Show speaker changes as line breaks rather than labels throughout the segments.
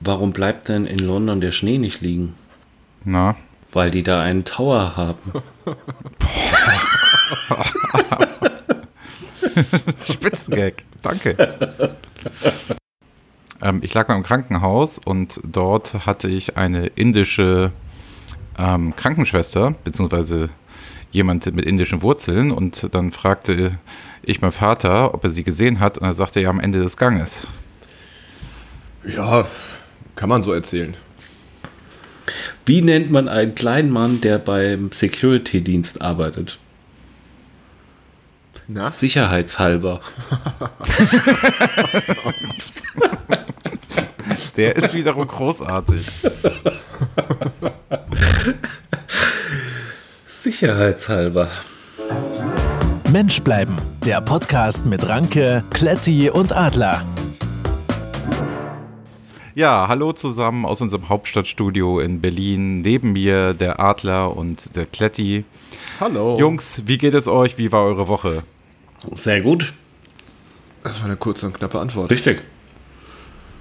Warum bleibt denn in London der Schnee nicht liegen?
Na?
Weil die da einen Tower haben.
Spitzengag. Danke. ähm, ich lag mal im Krankenhaus und dort hatte ich eine indische ähm, Krankenschwester, beziehungsweise jemand mit indischen Wurzeln. Und dann fragte ich meinen Vater, ob er sie gesehen hat. Und er sagte, ja, am Ende des Ganges.
Ja, kann man so erzählen.
Wie nennt man einen kleinen Mann, der beim Security-Dienst arbeitet?
Na?
Sicherheitshalber.
Der ist wiederum großartig.
Sicherheitshalber.
Mensch bleiben, der Podcast mit Ranke, Kletti und Adler.
Ja, hallo zusammen aus unserem Hauptstadtstudio in Berlin. Neben mir der Adler und der Kletti.
Hallo.
Jungs, wie geht es euch? Wie war eure Woche?
Sehr gut.
Das war eine kurze und knappe Antwort.
Richtig.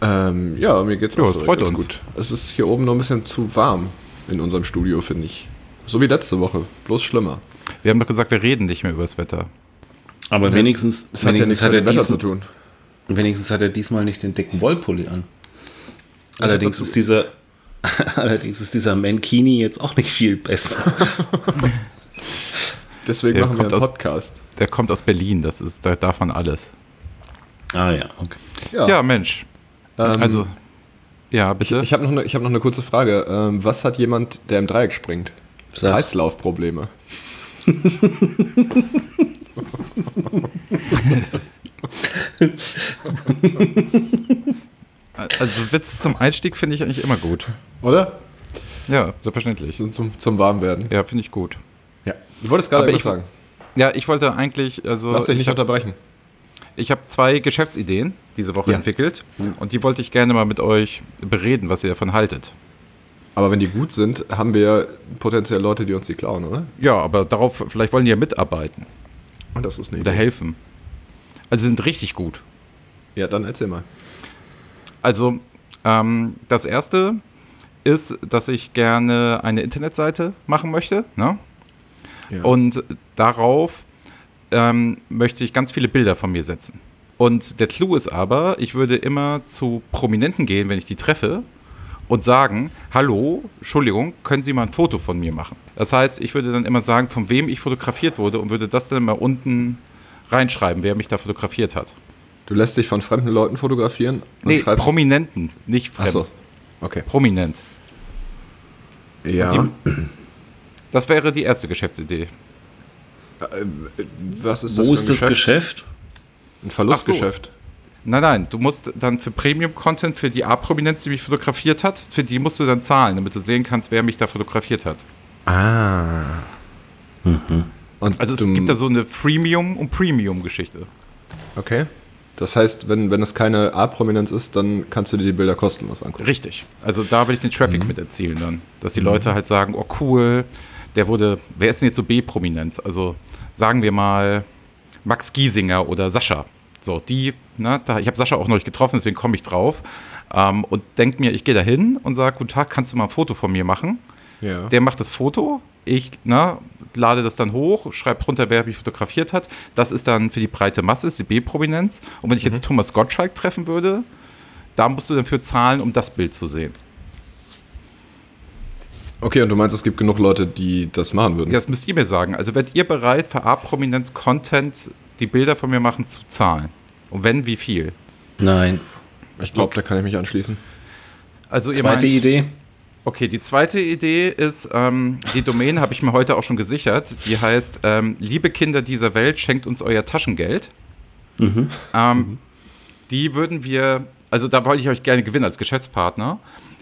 Ähm, ja, mir geht's
Ja,
auch
das
so
freut
ganz
uns.
gut. Es ist hier oben noch ein bisschen zu warm in unserem Studio, finde ich. So wie letzte Woche, bloß schlimmer.
Wir haben doch gesagt, wir reden nicht mehr über das Wetter.
Aber wenigstens,
Es hat ja nichts
hat
mit
er
dem Wetter zu
diesmal,
tun.
wenigstens hat er diesmal nicht den dicken Wollpulli an. Allerdings
dazu-
ist dieser, allerdings ist dieser Mankini jetzt auch nicht viel besser.
Deswegen
Der
machen wir
kommt
einen
aus-
Podcast.
Der kommt aus Berlin, das ist, da darf man alles.
Ah ja, okay.
Ja, Mensch.
ähm,
Also, äh- ja, bitte.
Ich habe noch, eine- ich hab noch eine kurze Frage. Ähm, was hat jemand, der im Dreieck springt?
Sag.
Kreislaufprobleme.
also, Witz zum Einstieg finde ich eigentlich immer gut.
Oder?
Ja, selbstverständlich.
Zum, zum, zum Warmwerden.
Ja, finde ich gut.
Ja. Du wolltest gerade
Aber
etwas
ich-
sagen.
Ja, ich wollte eigentlich, also.
Lass dich
ich
nicht
hab-
unterbrechen.
Ich habe zwei Geschäftsideen diese Woche
Ja. Mhm.
entwickelt und die wollte ich gerne mal mit euch bereden, was ihr davon haltet.
Aber wenn die gut sind, haben wir potenziell Leute, die uns die klauen, oder?
Ja, aber darauf, vielleicht wollen die ja mitarbeiten
Und Ah, das ist eine
oder
Idee.
helfen. Also sie sind richtig gut.
Ja, dann erzähl mal.
Also ähm, das erste ist, dass ich gerne eine Internetseite machen möchte. Ne?
Ja.
Und darauf ähm, möchte ich ganz viele Bilder von mir setzen. Und der Clou ist aber, ich würde immer zu Prominenten gehen, wenn ich die treffe und sagen, hallo, Entschuldigung, können Sie mal ein Foto von mir machen? Das heißt, ich würde dann immer sagen, von wem ich fotografiert wurde und würde das dann mal unten reinschreiben, wer mich da fotografiert hat.
du lässt dich von fremden Leuten fotografieren und
Nee,
schreibst.
Prominenten, nicht fremd.
Achso. Okay.
Prominent.
Ja.
Das wäre die erste Geschäftsidee.
Äh, Was ist das
Wo
für ein
ist das
Geschäft?
Geschäft?
Ein Verlustgeschäft.
Nein, nein, du musst dann für Premium-Content, für die A-Prominenz, die mich fotografiert hat, für die musst du dann zahlen, damit du sehen kannst, wer mich da fotografiert hat.
Ah. Und
Also es
du-
gibt da so eine Freemium- und Premium-Geschichte.
Okay. Das heißt, wenn, wenn es keine A-Prominenz ist, dann kannst du dir die Bilder kostenlos angucken.
Richtig. Also da will ich den Traffic mit erzielen dann. Dass die Leute halt sagen, oh cool, der wurde, wer ist denn jetzt so B-Prominenz? Also sagen wir mal Max Giesinger oder Sascha. So, die, ne, da, ich habe Sascha auch neulich getroffen, deswegen komme ich drauf. Ähm, und denk mir, ich gehe da hin und sage, guten Tag, kannst du mal ein Foto von mir machen?
Ja.
Der macht das Foto, ich na, lade das dann hoch, schreibe runter, wer mich fotografiert hat. Das ist dann für die breite Masse, ist die B-Prominenz. Und wenn ich
Mhm.
jetzt Thomas Gottschalk treffen würde, da musst du dann für zahlen, um das Bild zu sehen.
Okay, und du meinst, es gibt genug Leute, die das machen würden?
Das müsst ihr mir sagen. Also werdet ihr bereit, für A-Prominenz-Content die Bilder von mir machen zu zahlen? Und wenn, wie viel?
Nein.
Ich glaube, da kann ich mich anschließen.
Also ihr
Zweite
meint,
Idee.
Okay, die zweite Idee ist, ähm, die Domain habe ich mir heute auch schon gesichert. Die heißt, ähm, liebe Kinder dieser Welt, schenkt uns euer Taschengeld. Ähm, Die würden wir, also da wollte ich euch gerne gewinnen als Geschäftspartner.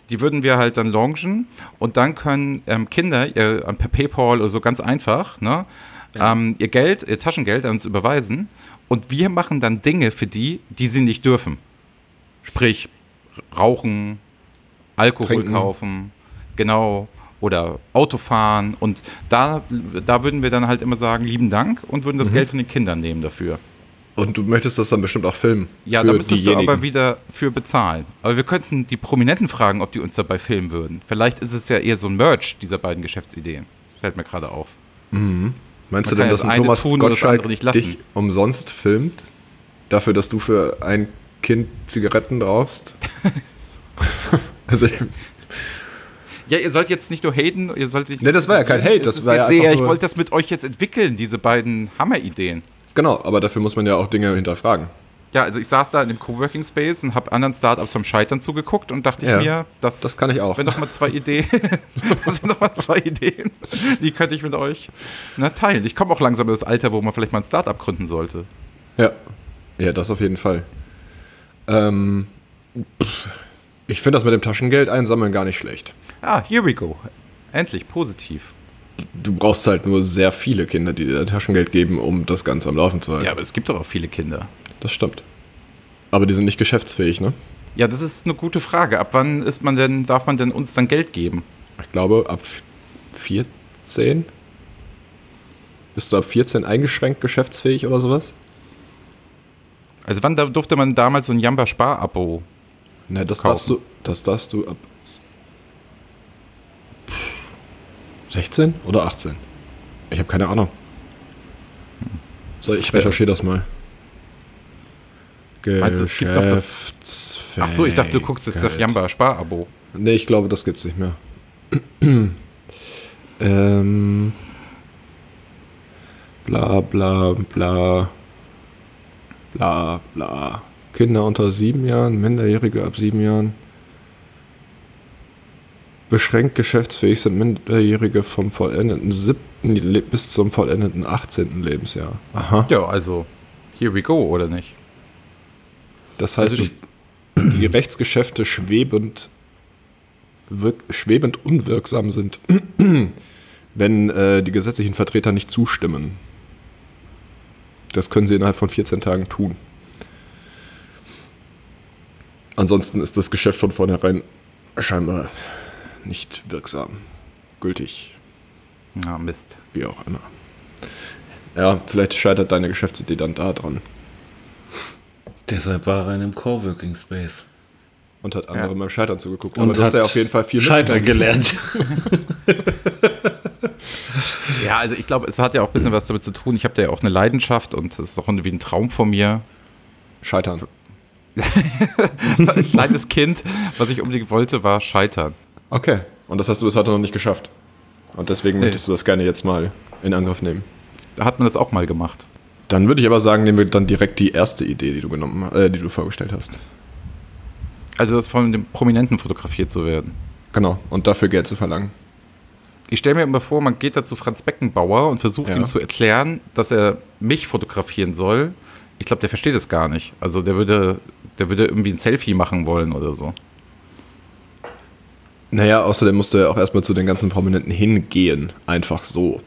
Die würden wir halt dann launchen und dann können ähm, Kinder ihr, ähm, per PayPal oder so ganz einfach ne, ähm, ihr Geld, ihr Taschengeld an uns überweisen und wir machen dann Dinge für die, die sie nicht dürfen. Sprich, rauchen, Alkohol
Trinken.
kaufen, genau, oder Autofahren. Und da, da würden wir dann halt immer sagen, lieben Dank und würden das Geld von den Kindern nehmen dafür.
Und du möchtest das dann bestimmt auch filmen.
Ja, da müsstest du aber wieder für bezahlen. Aber wir könnten die Prominenten fragen, ob die uns dabei filmen würden. Vielleicht ist es ja eher so ein Merch dieser beiden Geschäftsideen. Fällt mir gerade auf.
Mhm. Meinst
Man
du denn,
kann
dass
das
ein
eine
Thomas
tun und das
Gottschalk
andere nicht lassen.
dich umsonst filmt? Dafür, dass du für ein Kind Zigaretten rauchst? also, ich-
Ja, ihr sollt jetzt nicht nur haten, ihr sollt nicht.
Nee, das war ja kein Hate, das
Das ist
war ja
jetzt
einfach
eher, ich
nur-
wollte das mit euch jetzt entwickeln, diese beiden Hammerideen.
genau, aber dafür muss man ja auch Dinge hinterfragen.
Ja, also ich saß da in dem Coworking Space und habe anderen Startups beim Scheitern zugeguckt und dachte
Ja,
ich mir, das,
das kann ich auch.
Wenn noch mal zwei Ideen, das sind noch mal zwei Ideen, die könnte ich mit euch ne, teilen. Ich komme auch langsam in das Alter, wo man vielleicht mal ein Startup gründen sollte.
Ja, ja, das auf jeden Fall. Ähm, pff, ich finde das mit dem Taschengeld einsammeln gar nicht schlecht.
Ah, here we go. Endlich positiv.
Du brauchst halt nur sehr viele Kinder, die dir Taschengeld geben, um das Ganze am Laufen zu halten.
Ja, aber es gibt doch auch viele Kinder.
Das stimmt. Aber die sind nicht geschäftsfähig, ne?
Ja, das ist eine gute Frage. Ab wann ist man denn, darf man denn uns dann Geld geben?
Ich glaube, ab 14? Bist du ab 14 eingeschränkt geschäftsfähig oder sowas?
Also wann da- durfte man damals so ein Jamba-Spar-Abo?
Na, das
Kaufen.
darfst du. Das darfst du ab 16 oder 18? Ich habe keine Ahnung. So, ich recherchiere das mal.
Meinst du, es gibt noch das-
Geschäftsfähig-
Ach so, ich dachte, du guckst jetzt nach Jamba-Spar-Abo.
Nee, ich glaube, das gibt's nicht mehr. ähm, bla bla bla bla bla. Kinder unter sieben Jahren, Minderjährige ab sieben Jahren. Beschränkt geschäftsfähig sind Minderjährige vom vollendeten siebten Le- bis zum vollendeten 18. Lebensjahr. Aha.
Ja, also, here we go, oder nicht?
Das heißt,
Also
dass die Rechtsgeschäfte schwebend, wirk, schwebend unwirksam sind, wenn äh, die gesetzlichen Vertreter nicht zustimmen. Das können sie innerhalb von 14 Tagen tun. Ansonsten ist das Geschäft von vornherein scheinbar nicht wirksam, gültig,
Na, Mist.
wie auch immer. Ja, vielleicht scheitert deine Geschäftsidee dann da dran
Deshalb war er in einem Coworking Space.
und hat anderen beim Scheitern zugeguckt.
Und
Aber du hast
hat
ja auf jeden Fall viel
Scheitern gelernt.
Ja, also ich glaube, es hat ja auch ein bisschen was damit zu tun. Ich habe da ja auch eine Leidenschaft und das ist doch irgendwie ein Traum von mir.
Scheitern.
Ein kleines Kind, was ich unbedingt wollte, war scheitern.
Okay. Und das hast du bis heute noch nicht geschafft. Und deswegen möchtest du das gerne jetzt mal in Angriff nehmen.
Da hat man das auch mal gemacht.
Dann würde ich aber sagen, nehmen wir dann direkt die erste Idee, die du genommen, äh, die du vorgestellt hast.
Also das von dem Prominenten fotografiert zu werden.
Genau. Und dafür Geld zu verlangen.
Ich stelle mir immer vor, man geht da zu Franz Beckenbauer und versucht
Ja.
ihm zu erklären, dass er mich fotografieren soll. Ich glaube, der versteht es gar nicht. Also der würde, der würde irgendwie ein Selfie machen wollen oder so.
Naja, außerdem musst du ja auch erstmal zu den ganzen Prominenten hingehen. Einfach so.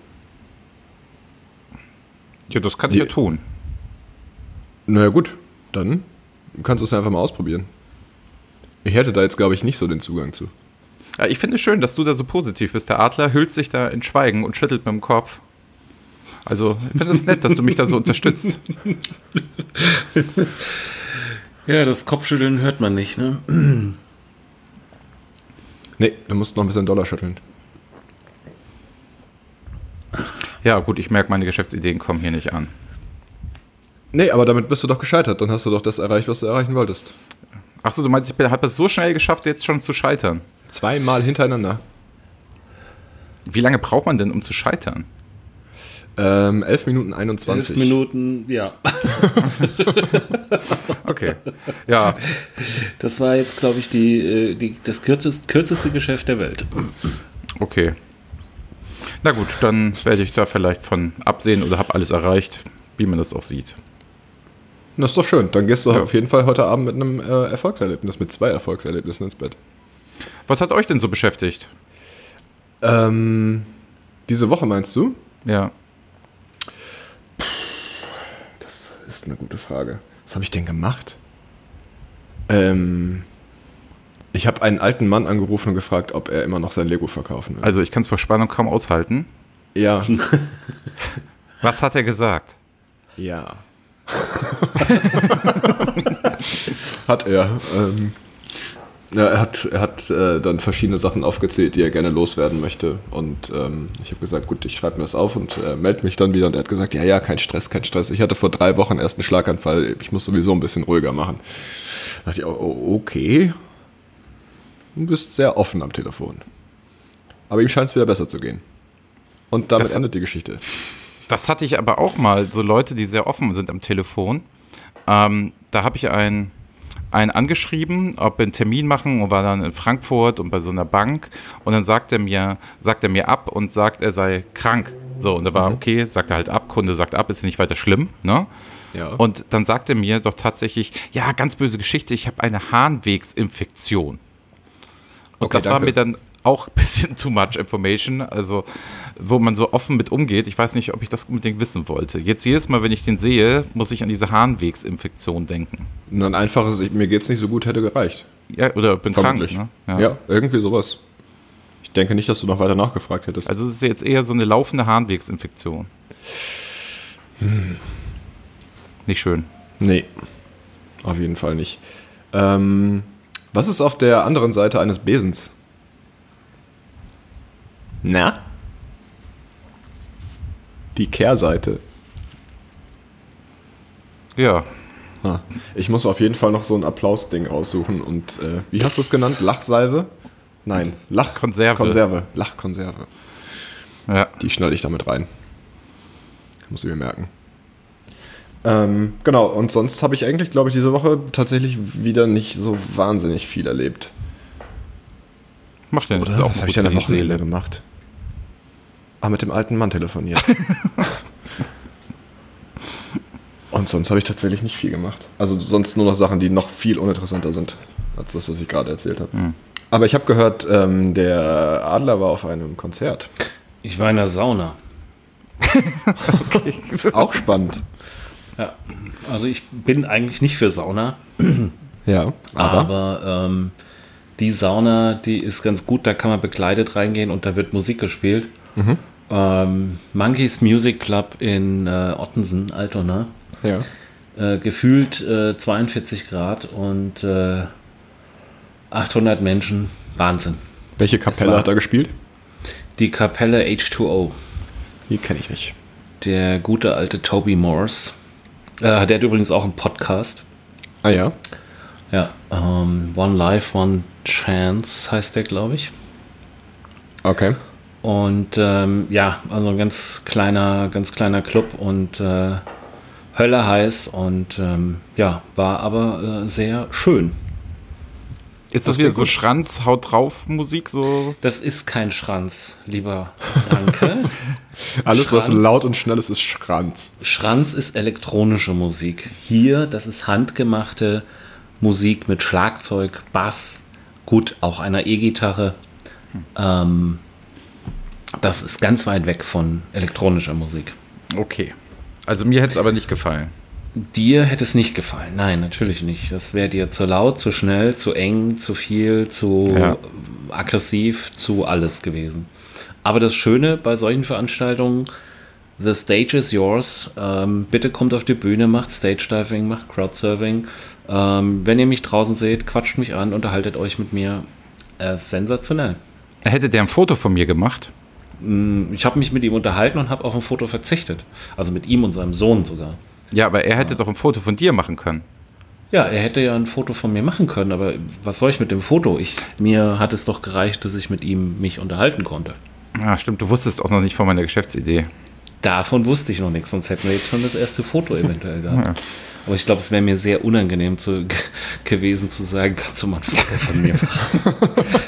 Ja, das kann
ich
ich
ja
ja tun.
Naja, gut. Dann kannst du es ja einfach mal ausprobieren. Ich hätte da jetzt, glaube ich, nicht so den Zugang zu.
Ja, ich finde es schön, dass du da so positiv bist. Der Adler hüllt sich da in Schweigen und schüttelt mit dem Kopf. Also, ich finde es nett, dass du mich da so unterstützt.
Ja, das Kopfschütteln hört man nicht, ne?
Nee, du musst noch ein bisschen Dollar schütteln.
Ja, gut, ich merke, meine Geschäftsideen kommen hier nicht an.
Nee, aber damit bist du doch gescheitert. Dann hast du doch das erreicht, was du erreichen wolltest.
Achso, du meinst, ich habe es so schnell geschafft, jetzt schon zu scheitern.
Zweimal hintereinander.
Wie lange braucht man denn, um zu scheitern?
Ähm, 11 Minuten 21.
Elf Minuten, ja.
Okay. Ja,
Das war jetzt, glaube ich, die, äh, die, das kürzest, kürzeste Geschäft der Welt.
okay. Na gut, dann werde ich da vielleicht von absehen oder habe alles erreicht, wie man das auch sieht.
Das ist doch schön. Dann gehst du
Ja.
auf jeden Fall heute Abend mit einem äh, Erfolgserlebnis, mit zwei Erfolgserlebnissen ins Bett.
Was hat euch denn so beschäftigt?
Ähm, diese Woche meinst du?
Ja.
Das ist eine gute Frage. Was habe ich denn gemacht? Ähm, ich habe einen alten Mann angerufen und gefragt, ob er immer noch sein Lego verkaufen will.
Also, ich kann es vor Spannung kaum aushalten.
ja.
Was hat er gesagt?
ja. hat er. Ähm, ja, er hat, er hat äh, dann verschiedene Sachen aufgezählt, die er gerne loswerden möchte. Und ähm, ich habe gesagt, gut, ich schreibe mir das auf und äh, melde mich dann wieder. Und er hat gesagt, ja, ja, kein Stress, kein Stress. Ich hatte vor drei Wochen erst einen Schlaganfall. Ich muss sowieso ein bisschen ruhiger machen. Da dachte ich, oh, okay. Du bist sehr offen am Telefon. Aber ihm scheint es wieder besser zu gehen. Und damit
Das-
endet die Geschichte.
Das hatte ich aber auch mal, so Leute, die sehr offen sind am Telefon. Ähm, da habe ich einen, einen angeschrieben, ob wir einen Termin machen und war dann in Frankfurt und bei so einer Bank. Und dann sagt er mir, sagt er mir ab und sagt, er sei krank. So, und da war, okay, sagt er halt ab, Kunde sagt ab, ist nicht weiter schlimm, ne?
Ja.
Und dann sagt er mir doch tatsächlich, ja, ganz böse Geschichte, ich habe eine Harnwegsinfektion. Und
Okay,
das war
danke.
mir dann auch ein bisschen too much information, also wo man so offen mit umgeht. Ich weiß nicht, ob ich das unbedingt wissen wollte. Jetzt jedes Mal, wenn ich den sehe, muss ich an diese Harnwegsinfektion denken.
Und ein einfaches, ich, mir geht's nicht so gut, hätte gereicht.
Ja, oder bin krank.
Vermutlich.
Ne?
ja. irgendwie sowas. Ich denke nicht, dass du noch weiter nachgefragt hättest.
Also es ist jetzt eher so eine laufende Harnwegsinfektion.
Hm.
Nicht schön.
nee, auf jeden Fall nicht. Ähm, was ist auf der anderen Seite eines Besens? Na? Die Kehrseite.
Ja,
Ha. Ich muss mir auf jeden Fall noch so ein Applausding aussuchen und äh, wie hast du es genannt? Lachsalve? Nein, Lachkonserve.
Konserve.
Konserve. Lachkonserve.
ja.
Die schneide ich damit rein. Muss ich mir merken. Ähm, genau, und sonst habe ich eigentlich, glaube ich, diese Woche tatsächlich wieder nicht so wahnsinnig viel erlebt.
Macht ja nichts. Ist
Oder? Was
mal
habe ich
gut
denn am
für die Seele.
Wochenende gemacht? Ah, mit dem alten Mann telefoniert. und sonst habe ich tatsächlich nicht viel gemacht. Also sonst nur noch Sachen, die noch viel uninteressanter sind, als das, was ich gerade erzählt habe. Aber ich habe gehört, ähm, der Adler war auf einem Konzert.
Ich war in der Sauna.
Auch spannend.
Ja. Also ich bin eigentlich nicht für Sauna,
Ja,
aber, ähm, die Sauna, die ist ganz gut, da kann man bekleidet reingehen und da wird Musik gespielt.
Mhm.
Ähm, Monkeys Music Club in äh, Ottensen, Altona.
Ja.
äh, gefühlt äh, 42 Grad und äh, 800 Menschen. Wahnsinn.
Welche
Es
Kapelle
war-
hat er gespielt?
Die Kapelle H2O.
Die kenne ich nicht.
Der gute alte Toby Morse. Äh, der hat übrigens auch einen Podcast.
Ah ja.
Ja. Ähm, one Life, One Chance heißt der, glaube ich.
Okay.
Und ähm, ja, also ein ganz kleiner, ganz kleiner Club und äh, Hölle heiß und ähm, ja, war aber äh, sehr schön.
Ist das, wieder so Schranz, haut drauf Musik so?
Das ist kein Schranz, lieber Danke.
Alles, was
Schranz.
laut und schnell ist, ist Schranz.
Schranz ist elektronische Musik. Hier, das ist handgemachte Musik mit Schlagzeug, Bass, gut, auch einer E-Gitarre. Ähm, das ist ganz weit weg von elektronischer Musik.
Okay. Also mir hätte es aber nicht gefallen.
Dir hätte es nicht gefallen. Nein, natürlich nicht. Das wäre dir zu laut, zu schnell, zu eng, zu viel, zu
Ja.
aggressiv, zu alles gewesen. Aber das Schöne bei solchen Veranstaltungen, the stage is yours. Ähm, bitte kommt auf die Bühne, macht Stage Diving, macht Crowdsurfing. Ähm, wenn ihr mich draußen seht, quatscht mich an, unterhaltet euch mit mir. Äh, sensationell.
Hätte der ein Foto von mir gemacht?
Ich habe mich mit ihm unterhalten und habe auf ein Foto verzichtet. Also mit ihm und seinem Sohn sogar.
Ja, aber er hätte doch ein Foto von dir machen können.
Ja, er hätte ja ein Foto von mir machen können, aber was soll ich mit dem Foto? Ich, mir hat es doch gereicht, dass ich mit ihm mich unterhalten konnte.
Ah, stimmt, du wusstest auch noch nicht von meiner Geschäftsidee.
Davon wusste ich noch nichts, sonst hätten wir jetzt schon das erste Foto eventuell gehabt. Aber ich glaube, es wäre mir sehr unangenehm zu, g- gewesen zu sagen, kannst du mal ein Foto von mir machen?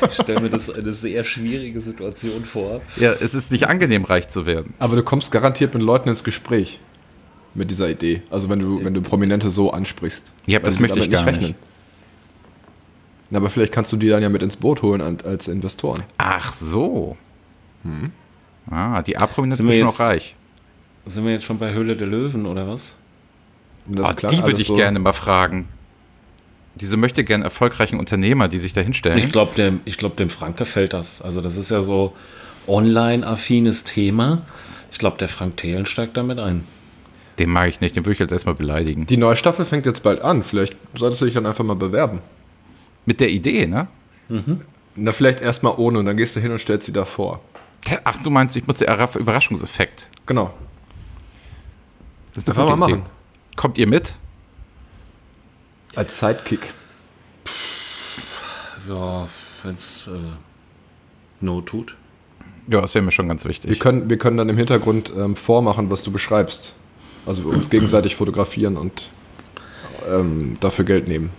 ich stelle mir das eine sehr schwierige Situation vor.
Ja, es ist nicht angenehm, reich zu werden.
Aber du kommst garantiert mit Leuten ins Gespräch. Mit dieser Idee. Also wenn du, wenn du Prominente so ansprichst.
Ja, aber
Wenn
das
sie
möchte ich
damit
gar nicht.
Na, aber vielleicht kannst du die dann ja mit ins Boot holen an- als Investoren.
Ach so.
Hm.
Ah, die A-Prominenz
Sind
ist
wir
schon
jetzt-
auch reich.
Sind wir jetzt schon bei Höhle der Löwen oder was?
Und Um das
Ah,
klang
die würde
alles
ich
so-
gerne mal fragen. Diese möchte gern erfolgreichen Unternehmer, die sich da
Ich
hinstellen.
glaube, dem, ich glaub, dem Frank gefällt das. Also, das ist ja so online-affines Thema. Ich glaube, der Frank Thelen steigt damit ein.
Den mag ich nicht, den würde ich jetzt erstmal beleidigen.
Die neue Staffel fängt jetzt bald an. Vielleicht solltest du dich dann einfach mal bewerben.
Mit der Idee, ne?
Na, vielleicht erstmal ohne und dann gehst du hin und stellst sie da vor.
Ach, du meinst, ich muss den Araf- Überraschungseffekt.
Genau.
Das ist
Einfach mal
gute
machen.
Idee. Kommt ihr mit?
Als Sidekick.
Ja, wenn es äh, Not tut.
Ja, das wäre mir schon ganz
Wir
wichtig.
können, wir können dann im Hintergrund ähm, vormachen, was du beschreibst. Also uns gegenseitig fotografieren und ähm, dafür Geld nehmen.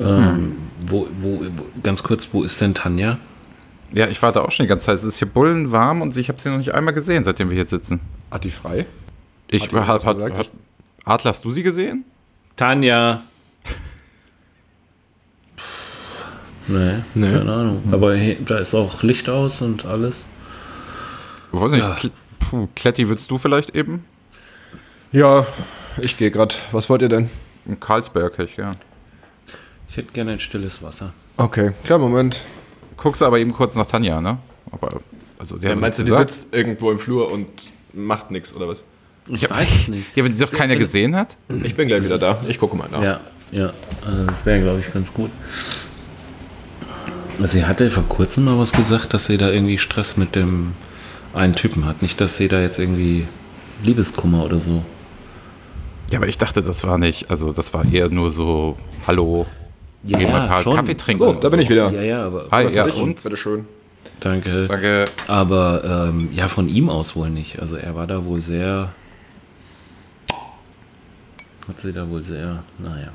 Ähm, wo, wo, wo, ganz kurz, wo ist denn Tanja?
Ja, ich warte auch schon die ganze Zeit. Es ist hier bullenwarm und ich habe sie noch nicht einmal gesehen, seitdem wir hier sitzen.
Hat die frei?
Ich
Hat die
hab,
was
hat,
gesagt?
hat, Adler, hast du sie gesehen?
Tanja! Nee, Hm.
Nee.
keine Ahnung. Aber he- da ist auch Licht aus und alles.
Ich weiß nicht.
Ja.
Kl- Puh, Kletti, würdest du vielleicht eben?
Ja, ich gehe gerade. Was wollt ihr denn?
In Karlsberg, hätte ich ja.
Ich hätte gerne ein stilles Wasser.
Okay, klar, Moment.
Guckst aber eben kurz nach Tanja, ne? Aber, also, sie haben nichts gesagt.
sitzt irgendwo im Flur und macht nichts oder was?
Ich weiß es nicht.
Ja, wenn sie doch keiner gesehen hat?
Ich bin gleich wieder da. Ich gucke mal nach.
Ja, ja. Also das wäre, glaube ich, ganz gut. Also, Sie hatte vor kurzem mal was gesagt, dass sie da irgendwie Stress mit dem einen Typen hat. Nicht, dass sie da jetzt irgendwie Liebeskummer oder so.
Ja, aber ich dachte, das war nicht. Also, das war eher nur so, hallo,
Ja,
geh mal ein paar
schon.
Kaffee trinken.
So,
oder
da bin ich wieder.
Ja, ja, aber.
Hi, ja,
ich?
und?
Bitteschön.
Danke.
Danke.
Aber ähm, ja, von ihm aus wohl nicht. Also er war da wohl sehr. Hat sie da wohl sehr. Naja.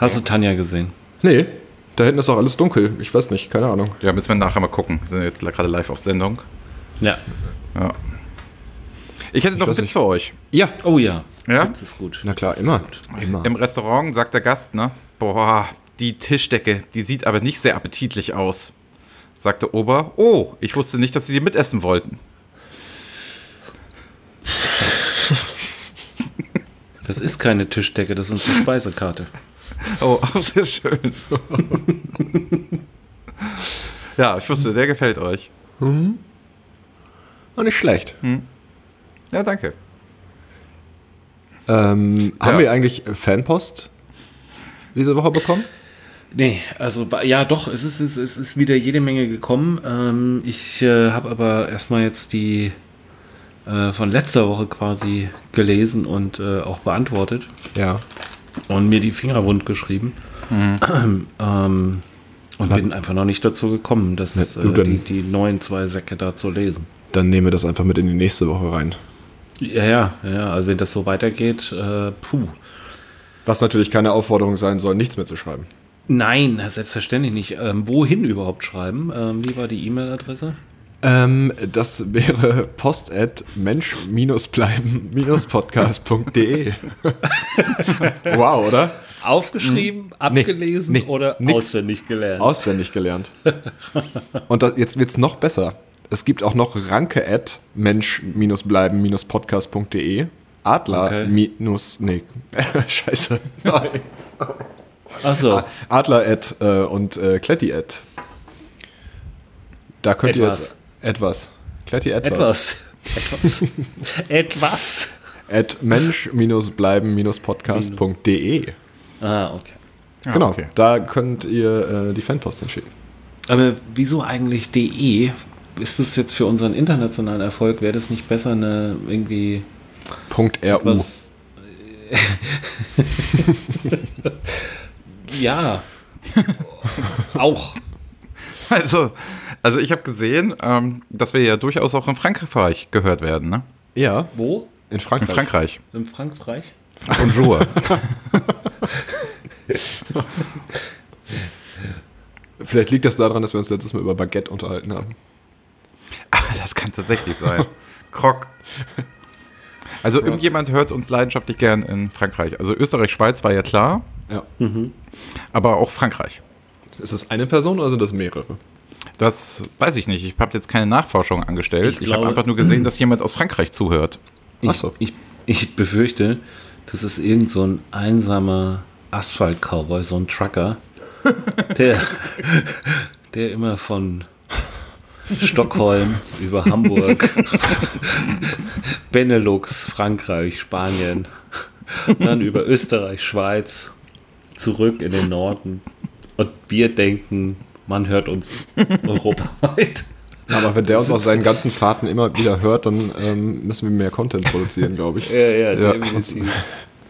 Hast du Tanja gesehen?
Nee, da hinten ist auch alles dunkel. Ich weiß nicht, keine Ahnung.
Ja, müssen wir nachher mal gucken. Wir sind jetzt gerade live auf Sendung.
Ja.
Ja. Ich hätte noch einen
weiß
Witz
nicht.
für euch.
Ja.
Oh ja.
Ja?
Das ist gut.
Na klar, immer. Immer.
Im Restaurant sagt der Gast, ne? Boah, die Tischdecke, die sieht aber nicht sehr appetitlich aus. Sagt der Ober, oh, ich wusste nicht, dass sie die mitessen wollten.
Das ist keine Tischdecke, das ist unsere Speisekarte.
Oh, auch sehr schön. ja, ich wusste, der gefällt euch.
Oh, nicht schlecht.
Ja, danke.
Ähm,
Ja.
Haben wir eigentlich Fanpost diese Woche bekommen?
Nee, also ba- ja doch, es ist, es, es ist wieder jede Menge gekommen. Ähm, ich äh, habe aber erstmal jetzt die äh, von letzter Woche quasi gelesen und äh, auch beantwortet
Ja.
und mir die Finger wund geschrieben.
Mhm.
ähm, und bin einfach noch nicht dazu gekommen, das,
Na, du
äh, die,
dann.
die neuen zwei Säcke da zu lesen.
Dann nehmen wir das einfach mit in die nächste Woche rein.
Ja, ja, ja, ja, also wenn das so weitergeht, äh, puh.
Was natürlich keine Aufforderung sein soll, nichts mehr zu schreiben.
Nein, selbstverständlich nicht. Ähm, wohin überhaupt schreiben? Ähm, wie war die E-Mail-Adresse?
Ähm, das wäre post at mensch-bleiben-podcast.de. wow, oder?
Aufgeschrieben, abgelesen
nee,
oder
nix.
auswendig gelernt.
Auswendig gelernt. Und das, jetzt wird's noch besser. Es gibt auch noch ranke at mensch-bleiben-podcast.de. Adler
Okay.
minus, nee, scheiße. Nein.
Achso,
Adler at äh, und äh, Kletti at. Da könnt
Etwas.
ihr jetzt etwas. Kletti etwas.
etwas. Etwas. etwas.
At mensch-bleiben-podcast.de.
Ah, okay.
Ja,
Genau,
okay.
da könnt ihr äh, die Fanpost hinschicken.
Aber wieso eigentlich DE? Ist es jetzt für unseren internationalen Erfolg, wäre das nicht besser, eine irgendwie
Punkt .ru.
was. ja. Auch.
Also, also ich habe gesehen, ähm, dass wir ja durchaus auch in Frankreich gehört werden, ne?
Ja,
Wo?
in
In
Frankreich.
Frankreich.
In Frankreich?
Bonjour.
Vielleicht liegt das daran, dass wir uns letztes Mal über Baguette unterhalten haben.
Das kann tatsächlich sein. Krog. Also irgendjemand hört uns leidenschaftlich gern in Frankreich. Also Österreich, Schweiz war ja klar,
Ja.
aber auch Frankreich.
Ist das eine Person oder sind das mehrere?
Das weiß ich nicht. Ich habe jetzt keine Nachforschung angestellt.
Ich
Ich, habe
glaube-
einfach nur gesehen, dass jemand aus Frankreich zuhört.
Ach
Ich,
so.
ich, ich befürchte, das ist irgend so ein einsamer Asphalt-Cowboy, so ein Trucker, der, der immer von Stockholm über Hamburg, Benelux, Frankreich, Spanien, dann über Österreich, Schweiz, zurück in den Norden. Und wir denken, man hört uns europaweit.
Aber wenn der uns auf seinen ganzen Fahrten immer wieder hört, dann ähm, müssen wir mehr Content produzieren, glaube ich.
Ja, ja, definitiv.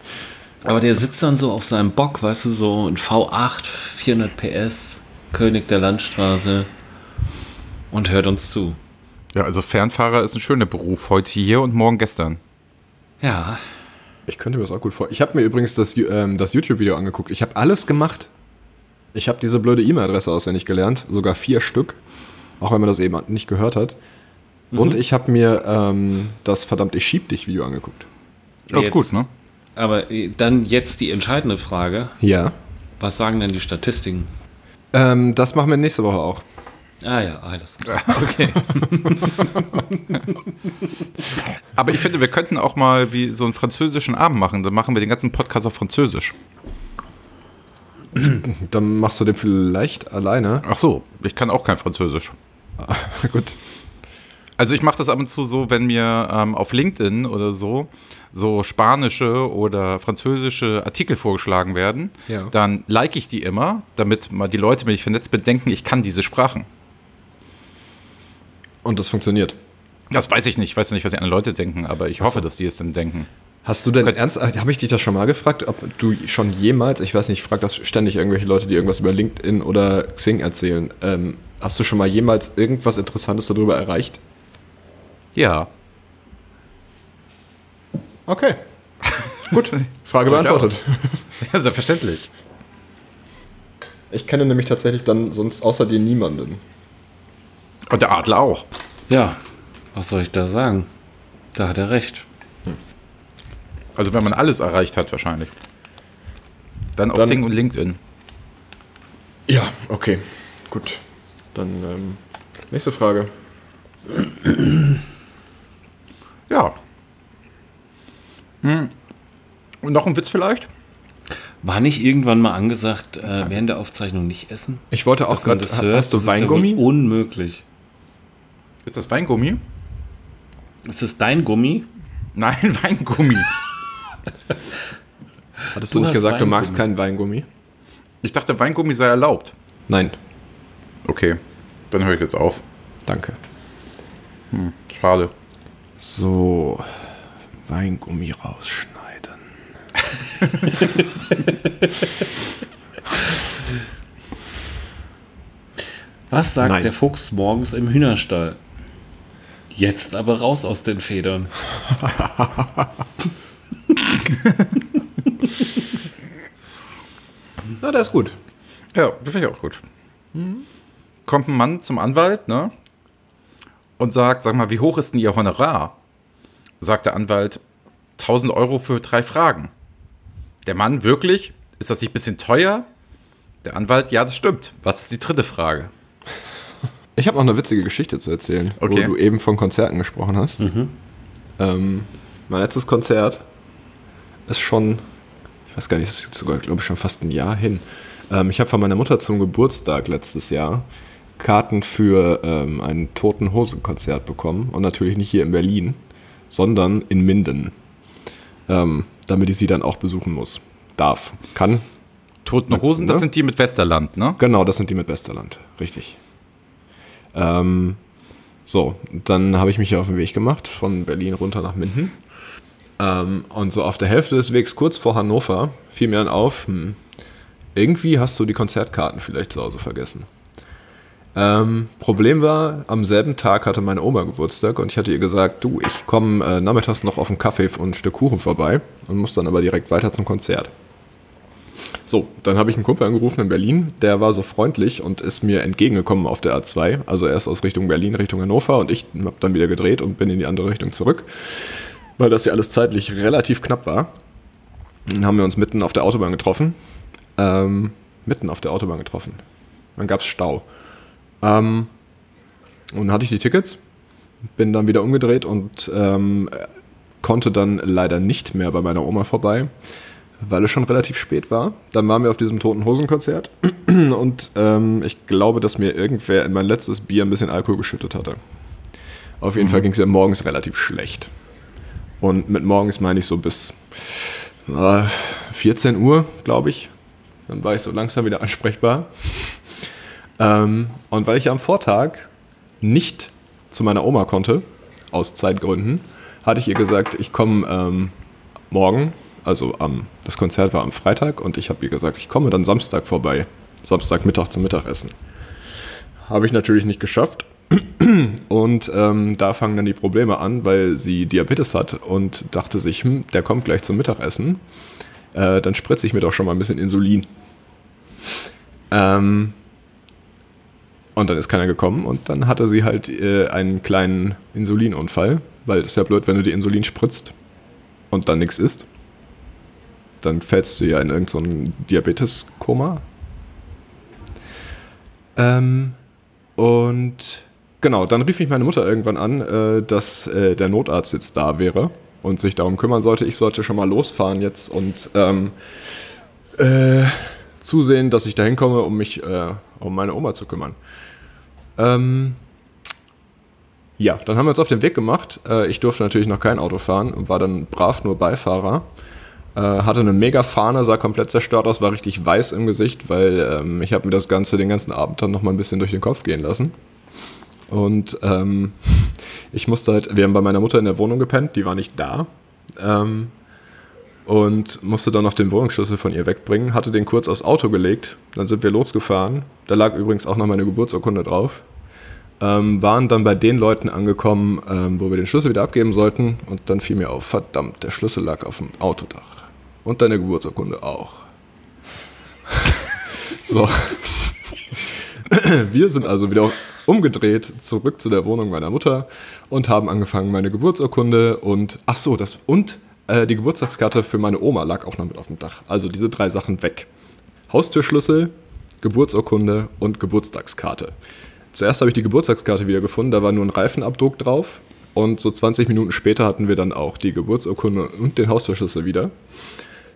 Aber der sitzt dann so auf seinem Bock, weißt du, so ein V8, 400 PS, König der Landstraße und hört uns zu.
Ja, also Fernfahrer ist ein schöner Beruf. Heute hier und morgen gestern.
Ja,
Ich könnte mir das auch gut vorstellen. Ich habe mir übrigens das, Ju- ähm, das YouTube-Video angeguckt. Ich habe alles gemacht. Ich habe diese blöde E-Mail-Adresse auswendig gelernt, sogar vier Stück, auch wenn man das eben nicht gehört hat. Und ich habe mir ähm, das verdammt ich schieb dich Video angeguckt.
Das ist
Jetzt.
gut, ne?
aber äh, dann jetzt die entscheidende Frage.
Ja.
Was sagen denn die Statistiken?
Ähm, das machen wir nächste Woche auch.
Ah ja, alles klar.
Okay. Aber ich finde, wir könnten auch mal wie so einen französischen Abend machen. Dann machen wir den ganzen Podcast auf Französisch.
Dann machst du den vielleicht alleine.
Ach so, ich kann auch kein Französisch.
Gut.
Also ich mache das ab und zu so, wenn mir ähm, auf LinkedIn oder so so spanische oder französische Artikel vorgeschlagen werden,
Ja.
dann like ich die immer, damit mal die Leute, wenn ich vernetzt bin, denken, ich kann diese Sprachen.
Und das funktioniert.
Das weiß ich nicht, ich weiß nicht, was die anderen Leute denken, aber ich hoffe, dass die es dann denken.
Hast du denn ernst, habe ich dich das schon mal gefragt, ob du schon jemals, ich weiß nicht, ich frage das ständig irgendwelche Leute, die irgendwas über LinkedIn oder Xing erzählen, ähm, hast du schon mal jemals irgendwas Interessantes darüber erreicht?
Ja.
Okay. Gut, Frage
Durchaus.
beantwortet.
Ja, selbstverständlich.
Ich kenne nämlich tatsächlich dann sonst außer dir niemanden.
Und der Adler auch.
Ja, was soll ich da sagen? Da hat er recht.
Also wenn man alles erreicht hat, wahrscheinlich. Dann auf
Dann-
Sing und LinkedIn.
Ja, okay. Gut. Dann ähm, nächste Frage.
Ja. Hm. Und noch ein Witz vielleicht?
War nicht irgendwann mal angesagt, äh, während der Aufzeichnung nicht essen?
Ich wollte auch
Dass man
gerade,
das hört?
hast
Das
du
ist ja wohl
Weingummi?
Unmöglich.
Ist das Weingummi?
Ist es dein Gummi?
Nein, Weingummi.
Hattest
Du
du
hast
nicht gesagt, du
Weingummi.
magst keinen Weingummi?
Ich dachte, Weingummi sei erlaubt.
Nein,
Okay, dann höre ich jetzt auf.
danke.
Schade.
So, Weingummi rausschneiden.
Was sagt
Nein.
der Fuchs morgens im Hühnerstall? Jetzt aber raus aus den Federn.
Na, der ist gut.
Ja, das finde ich auch gut. Kommt ein Mann zum Anwalt, ne? Und sagt, sag mal, wie hoch ist denn Ihr Honorar? Sagt der Anwalt, 1000 Euro für drei Fragen. Der Mann, wirklich? Ist das nicht ein bisschen teuer? Der Anwalt, ja, das stimmt. Was ist die dritte Frage?
Ich habe noch eine witzige Geschichte zu erzählen,
Okay.
wo du eben von Konzerten gesprochen hast. Ähm, mein letztes Konzert ist schon, ich weiß gar nicht, ist jetzt sogar, glaube ich, schon fast ein Jahr hin. Ähm, ich habe von meiner Mutter zum Geburtstag letztes Jahr Karten für ähm, ein Toten Hosen-Konzert bekommen. Und natürlich nicht hier in Berlin, sondern in Minden. Ähm, damit ich sie dann auch besuchen muss. Darf, kann.
Toten Hosen, das
ne?
sind die mit Westerland, ne?
Genau, das sind die mit Westerland. Richtig. Ähm, so, dann habe ich mich auf den Weg gemacht von Berlin runter nach Minden. Ähm, und so auf der Hälfte des Wegs, kurz vor Hannover, fiel mir dann auf, hm, irgendwie hast du die Konzertkarten vielleicht zu Hause vergessen. Ähm, Problem war, am selben Tag hatte meine Oma Geburtstag und ich hatte ihr gesagt, du, ich komme äh, nachmittags noch auf einen Kaffee und ein Stück Kuchen vorbei und muss dann aber direkt weiter zum Konzert. So, dann habe ich einen Kumpel angerufen in Berlin, der war so freundlich und ist mir entgegengekommen auf der A2. Also erst aus Richtung Berlin, Richtung Hannover und ich habe dann wieder gedreht und bin in die andere Richtung zurück, weil das ja alles zeitlich relativ knapp war. Dann haben wir uns mitten auf der Autobahn getroffen. Ähm, mitten auf der Autobahn getroffen. Dann gab es Stau. Ähm, und dann hatte ich die Tickets, bin dann wieder umgedreht und ähm, konnte dann leider nicht mehr bei meiner Oma vorbei, weil es schon relativ spät war. Dann waren wir auf diesem Toten Hosen-Konzert und ähm, ich glaube, dass mir irgendwer in mein letztes Bier ein bisschen Alkohol geschüttet hatte. Auf jeden Fall ging es mir morgens relativ schlecht. Und mit morgens meine ich so bis äh, 14 Uhr, glaube ich. Dann war ich so langsam wieder ansprechbar. Ähm, und weil ich am Vortag nicht zu meiner Oma konnte, aus Zeitgründen, hatte ich ihr gesagt, ich komme ähm, morgen, also am, das Konzert war am Freitag und ich habe ihr gesagt, ich komme dann Samstag vorbei. Samstagmittag zum Mittagessen. Habe ich natürlich nicht geschafft. Und ähm, da fangen dann die Probleme an, weil sie Diabetes hat und dachte sich, hm, der kommt gleich zum Mittagessen. Äh, dann spritze ich mir doch schon mal ein bisschen Insulin. Ähm, und dann ist keiner gekommen und dann hatte sie halt äh, einen kleinen Insulinunfall, weil es ist ja blöd, wenn du dir Insulin spritzt und dann nichts isst. Dann fällst du ja in irgendein so ein Diabeteskoma. Ähm, und genau, dann rief mich meine Mutter irgendwann an, äh, dass äh, der Notarzt jetzt da wäre und sich darum kümmern sollte. Ich sollte schon mal losfahren jetzt und ähm, äh, zusehen, dass ich da hinkomme, um mich äh, um meine Oma zu kümmern. Ähm, ja, dann haben wir uns auf den Weg gemacht. Äh, ich durfte natürlich noch kein Auto fahren und war dann brav nur Beifahrer. Äh, hatte eine mega Fahne, sah komplett zerstört aus, war richtig weiß im Gesicht, weil ähm, ich habe mir das Ganze den ganzen Abend dann noch mal ein bisschen durch den Kopf gehen lassen. Und ähm, ich musste halt, wir haben bei meiner Mutter in der Wohnung gepennt, die war nicht da. Ähm, und musste dann noch den Wohnungsschlüssel von ihr wegbringen, hatte den kurz aufs Auto gelegt, dann sind wir losgefahren. Da lag übrigens auch noch meine Geburtsurkunde drauf. Ähm, waren dann bei den Leuten angekommen, ähm, wo wir den Schlüssel wieder abgeben sollten. Und dann fiel mir auf, verdammt, der Schlüssel lag auf dem Autodach. Und deine Geburtsurkunde auch. so. Wir sind also wieder umgedreht, zurück zu der Wohnung meiner Mutter und haben angefangen, meine Geburtsurkunde und ach so, das und äh, die Geburtstagskarte für meine Oma lag auch noch mit auf dem Dach. Also diese drei Sachen weg. Haustürschlüssel, Geburtsurkunde und Geburtstagskarte. Zuerst habe ich die Geburtstagskarte wieder gefunden, da war nur ein Reifenabdruck drauf und so 20 Minuten später hatten wir dann auch die Geburtsurkunde und den Haustürschlüssel wieder.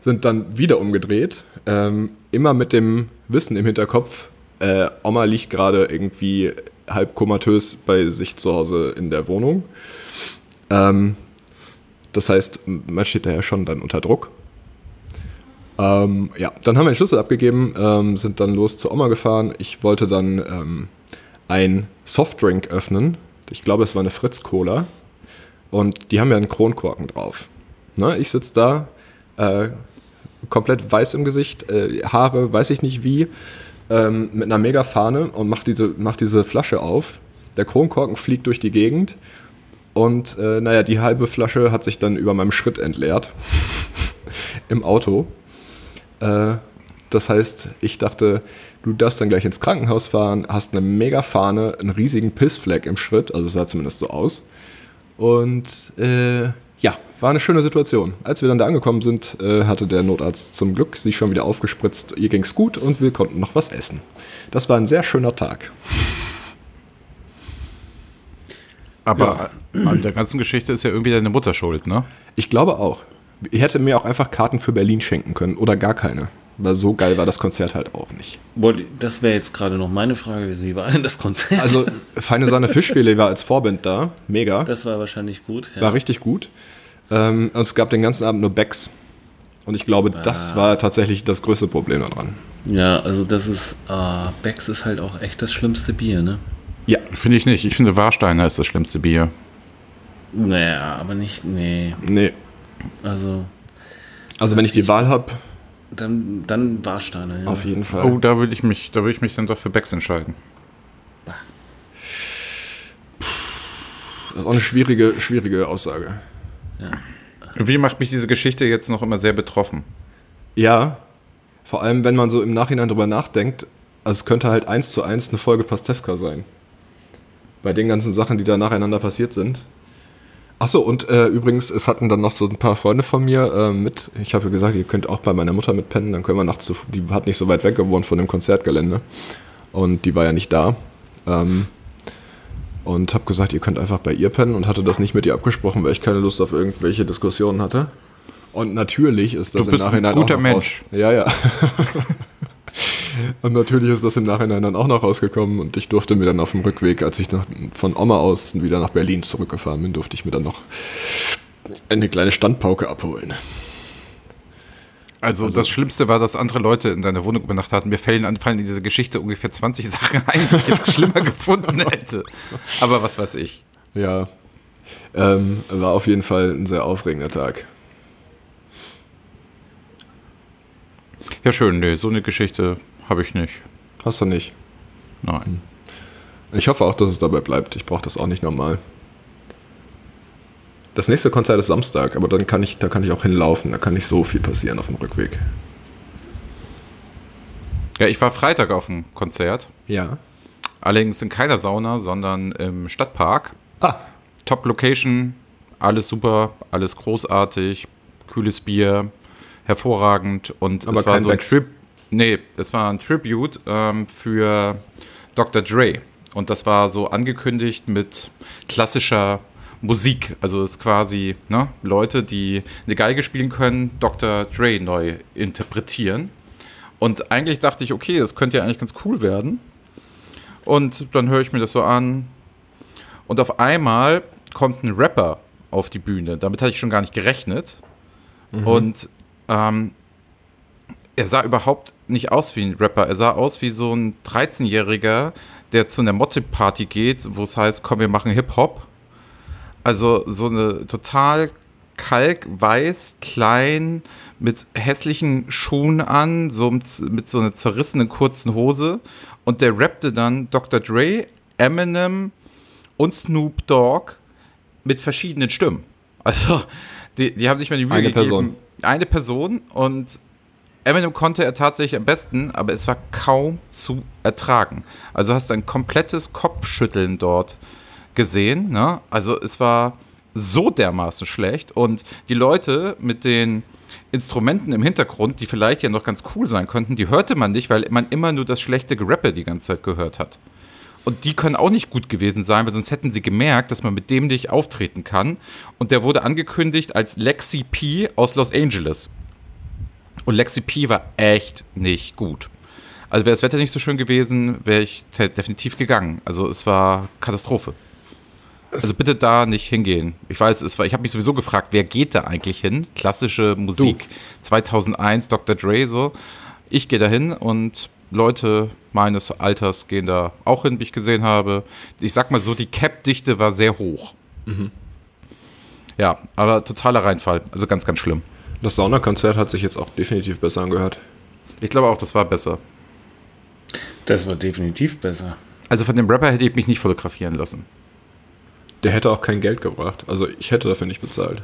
Sind dann wieder umgedreht, ähm, immer mit dem Wissen im Hinterkopf, äh, Oma liegt gerade irgendwie halb komatös bei sich zu Hause in der Wohnung. Ähm, das heißt, man steht da ja schon dann unter Druck. Ähm, ja, dann haben wir den Schlüssel abgegeben, ähm, sind dann los zur Oma gefahren. Ich wollte dann ähm, ein Softdrink öffnen. Ich glaube, es war eine Fritz-Cola. Und die haben ja einen Kronkorken drauf. Ne? Ich sitze da, äh, komplett weiß im Gesicht, äh, Haare, weiß ich nicht wie, ähm, mit einer Mega-Fahne und macht diese, mach diese Flasche auf. Der Kronkorken fliegt durch die Gegend. Und äh, naja, die halbe Flasche hat sich dann über meinem Schritt entleert. Im Auto. Äh, das heißt, ich dachte, du darfst dann gleich ins Krankenhaus fahren, hast eine mega Fahne, einen riesigen Pissfleck im Schritt, also sah zumindest so aus. Und äh, ja, war eine schöne Situation. Als wir dann da angekommen sind, äh, hatte der Notarzt zum Glück sie schon wieder aufgespritzt, ihr ging's gut und wir konnten noch was essen. Das war ein sehr schöner Tag.
Aber an der ganzen Geschichte ist ja irgendwie deine Mutter schuld, ne?
Ich glaube auch. Ich hätte mir auch einfach Karten für Berlin schenken können oder gar keine. Weil so geil war das Konzert halt auch nicht.
Wollt- Das wäre jetzt gerade noch meine Frage gewesen. Wie war denn das Konzert?
Also, Feine Sahne Fischfilet war als Vorband da. Mega.
das war wahrscheinlich gut. Ja.
War richtig gut. Ähm, und es gab den ganzen Abend nur Backs. Und ich glaube,
Ah.
das war tatsächlich das größte Problem daran.
ja, also das ist, ah, Becks ist halt auch echt das schlimmste Bier, ne?
Ja,
Finde ich nicht. Ich finde, Warsteiner ist das schlimmste Bier.
Naja, aber nicht, nee.
nee.
Also,
Also, wenn ich die Wahl habe,
dann, dann Warsteiner, ja.
auf jeden Fall.
Oh, da würde ich mich, da würde ich mich dann doch für Becks entscheiden.
Das ist auch eine schwierige, schwierige Aussage.
Irgendwie macht mich diese Geschichte jetzt noch immer sehr betroffen.
Ja, vor allem, wenn man so im Nachhinein drüber nachdenkt, also es könnte halt eins zu eins eine Folge Pastewka sein. Bei den ganzen Sachen, die da nacheinander passiert sind. Achso, und äh, übrigens, es hatten dann noch so ein paar Freunde von mir äh, mit. Ich habe ja gesagt, ihr könnt auch bei meiner Mutter mitpennen, dann können wir nachts zu. Die hat nicht so weit weg gewohnt von dem Konzertgelände. Und die war ja nicht da. Ähm, und habe gesagt, ihr könnt einfach bei ihr pennen und hatte das nicht mit ihr abgesprochen, weil ich keine Lust auf irgendwelche Diskussionen hatte. Und natürlich ist das
Du bist
im
ein
Nachhinein
guter
auch noch
Mensch.
Raus. Ja, ja. und natürlich ist das im Nachhinein dann auch noch rausgekommen und ich durfte mir dann auf dem Rückweg, als ich nach, von Oma aus wieder nach Berlin zurückgefahren bin, durfte ich mir dann noch eine kleine Standpauke abholen.
Also, das Schlimmste war, dass andere Leute in deiner Wohnung übernachtet hatten. Mir fallen, fallen in dieser Geschichte ungefähr 20 Sachen ein, die ich jetzt schlimmer gefunden hätte. Aber was weiß ich.
Ja. Ähm, war auf jeden Fall ein sehr aufregender Tag.
Ja, schön, nee, so eine Geschichte habe ich nicht.
Hast du nicht?
Nein.
Ich hoffe auch, dass es dabei bleibt. Ich brauche das auch nicht normal. Das nächste Konzert ist Samstag, aber dann kann ich, da kann ich auch hinlaufen. Da kann nicht so viel passieren auf dem Rückweg.
Ja, ich war Freitag auf dem Konzert.
Ja.
Allerdings in keiner Sauna, sondern im Stadtpark.
Ah.
Top Location, alles super, alles großartig, kühles Bier, hervorragend. Und
Aber
es war
kein
so ein
Wax.
Trip. Nee, es war ein Tribute ähm, für Dr. Dre. Und das war so angekündigt mit klassischer Musik. Also es ist quasi ne, Leute, die eine Geige spielen können, Dr. Dre neu interpretieren. Und eigentlich dachte ich, okay, das könnte ja eigentlich ganz cool werden. Und dann höre ich mir das so an. Und auf einmal kommt ein Rapper auf die Bühne. Damit hatte ich schon gar nicht gerechnet. Und ähm, er sah überhaupt nicht aus wie ein Rapper. Er sah aus wie so ein 13-Jähriger, der zu einer Motte-Party geht, wo es heißt, komm, wir machen Hip-Hop. Also so eine total kalkweiß, klein, mit hässlichen Schuhen an, so mit, mit so einer zerrissenen kurzen Hose. Und der rappte dann Dr. Dre, Eminem und Snoop Dogg mit verschiedenen Stimmen. Also, die, die haben sich mal die Mühe
Eine
gegeben.
Person.
Eine Person und Eminem konnte er tatsächlich am besten, aber es war kaum zu ertragen. Also hast du ein komplettes Kopfschütteln dort gesehen. Ne? Also es war so dermaßen schlecht und die Leute mit den Instrumenten im Hintergrund, die vielleicht ja noch ganz cool sein könnten, die hörte man nicht, weil man immer nur das schlechte Gerappe die ganze Zeit gehört hat. Und die können auch nicht gut gewesen sein, weil sonst hätten sie gemerkt, dass man mit dem nicht auftreten kann. Und der wurde angekündigt als Lexi P aus Los Angeles. Und Lexi P war echt nicht gut. Also wäre das Wetter nicht so schön gewesen, wäre ich te- definitiv gegangen. Also es war Katastrophe. Also bitte da nicht hingehen. Ich weiß, es war, ich habe mich sowieso gefragt, wer geht da eigentlich hin? Klassische Musik, 2001, Dr. Dre so. Ich gehe da hin und Leute meines Alters gehen da auch hin, wie ich gesehen habe. Ich sag mal so, die Cap-Dichte war sehr hoch. Mhm. Ja, aber totaler Reinfall. Also ganz, ganz schlimm.
Das Saunakonzert hat sich jetzt auch definitiv besser angehört.
Ich glaube auch, das war besser.
Das war definitiv besser.
Also von dem Rapper hätte ich mich nicht fotografieren lassen.
Der hätte auch kein Geld gebracht. Also ich hätte dafür nicht bezahlt.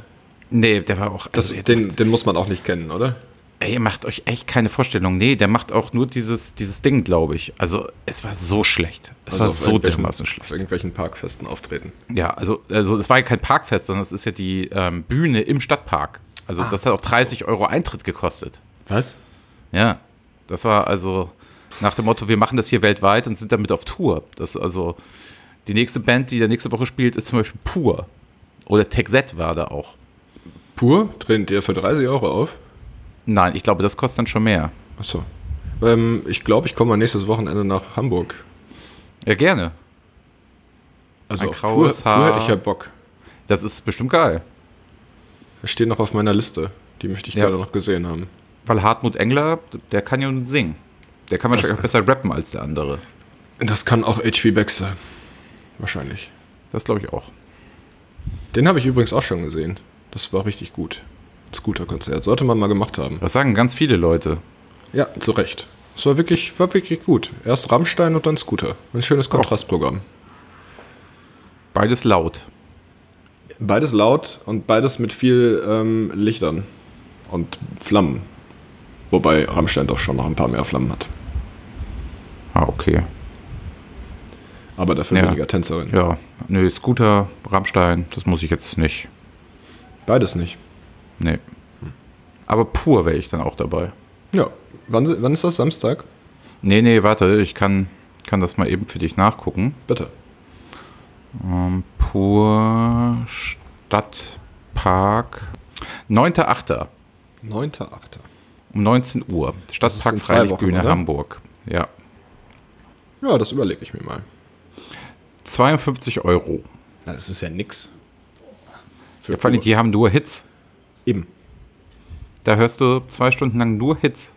Nee, der war auch.
Das,
Also, der
den,
macht,
den muss man auch nicht kennen, oder?
ey, ihr macht euch echt keine Vorstellung. Nee, der macht auch nur dieses, dieses Ding, glaube ich. Also, es war so schlecht. Es
Also
war
auf
so
irgendwelchen-
dermaßen
Auf
schlecht.
irgendwelchen Parkfesten auftreten.
Ja, also, also es war ja kein Parkfest, sondern es ist ja die ähm, Bühne im Stadtpark. Also, das hat auch 30 Euro Eintritt gekostet.
Ah. Was?
Ja, das war also nach dem Motto, wir machen das hier weltweit und sind damit auf Tour. Das also die nächste Band, die da nächste Woche spielt, ist zum Beispiel Pur. Oder Texet war da auch.
Pur? Treten dir für 30 Euro auf?
Nein, ich glaube, das kostet dann schon mehr.
Achso. Ähm, ich glaube, ich komme mal nächstes Wochenende nach Hamburg.
Ja, gerne.
Also
Ein
auf Pur,
graues
Pur
Haar.
hätte ich ja Bock.
Das ist bestimmt geil.
Das steht noch auf meiner Liste. Die möchte ich
Ja.
gerade noch gesehen haben.
Weil Hartmut Engler, der kann ja nun singen. Der kann wahrscheinlich
Das-
auch besser rappen als der andere.
Das kann auch H.P. Beck sein. Wahrscheinlich.
Das glaube ich auch.
Den habe ich übrigens auch schon gesehen. Das war richtig gut. Das Scooter-Konzert. Sollte man mal gemacht haben.
Das sagen ganz viele Leute.
Ja, zu Recht. Es war wirklich, war wirklich gut. Erst Rammstein und dann Scooter. Ein schönes Kontrastprogramm.
Beides laut.
Beides laut und beides mit viel ähm, Lichtern und Flammen. Wobei Rammstein doch schon noch ein paar mehr Flammen hat.
Ah, okay.
Aber dafür
Ja.
weniger Tänzerin.
Ja, nö, Scooter, Rammstein, das muss ich jetzt nicht.
Beides nicht.
Nee. Aber pur wäre ich dann auch dabei.
Ja. Wann, si- wann ist das? Samstag?
Nee, nee, warte, ich kann, kann das mal eben für dich nachgucken.
Bitte.
Ähm, pur Stadtpark. 9.8.
9.8.
Um 19 Uhr. Stadtpark
in zwei Wochen,
Freilichtbühne
oder?
Hamburg. Ja.
Ja, das überlege ich mir mal.
52 Euro.
Das ist ja nix. Für
Ja, vor allem, die haben nur Hits.
Eben.
Da hörst du zwei Stunden lang nur Hits.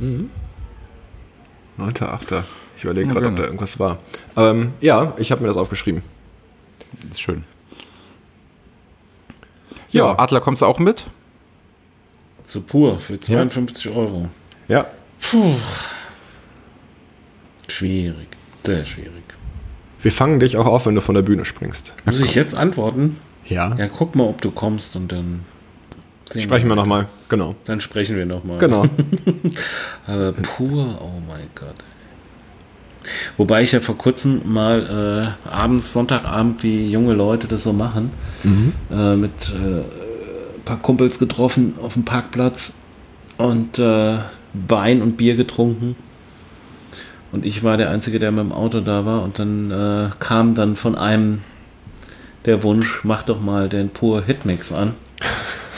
9.8. Ich überlege
Ja,
gerade, ob
gerne.
da irgendwas war. Ähm, ja, ich habe mir das aufgeschrieben.
Das ist schön. Ja,
Ja.
Adler, kommst du auch mit?
Zu pur für 52 Euro.
Ja.
Schwierig. Sehr schwierig.
Wir fangen dich auch auf, wenn du von der Bühne springst.
Muss ich jetzt antworten?
Ja.
Ja, guck mal, ob du kommst und dann sehen
Sprechen wir nochmal. Genau.
Dann sprechen wir nochmal.
Genau.
Aber pur, oh mein Gott. Wobei ich ja vor kurzem mal äh, abends, Sonntagabend, wie junge Leute das so machen, äh, mit äh, ein paar Kumpels getroffen auf dem Parkplatz und äh, Wein und Bier getrunken. Und ich war der Einzige, der mit dem Auto da war. Und dann äh, kam dann von einem der Wunsch, mach doch mal den pur Hitmix an.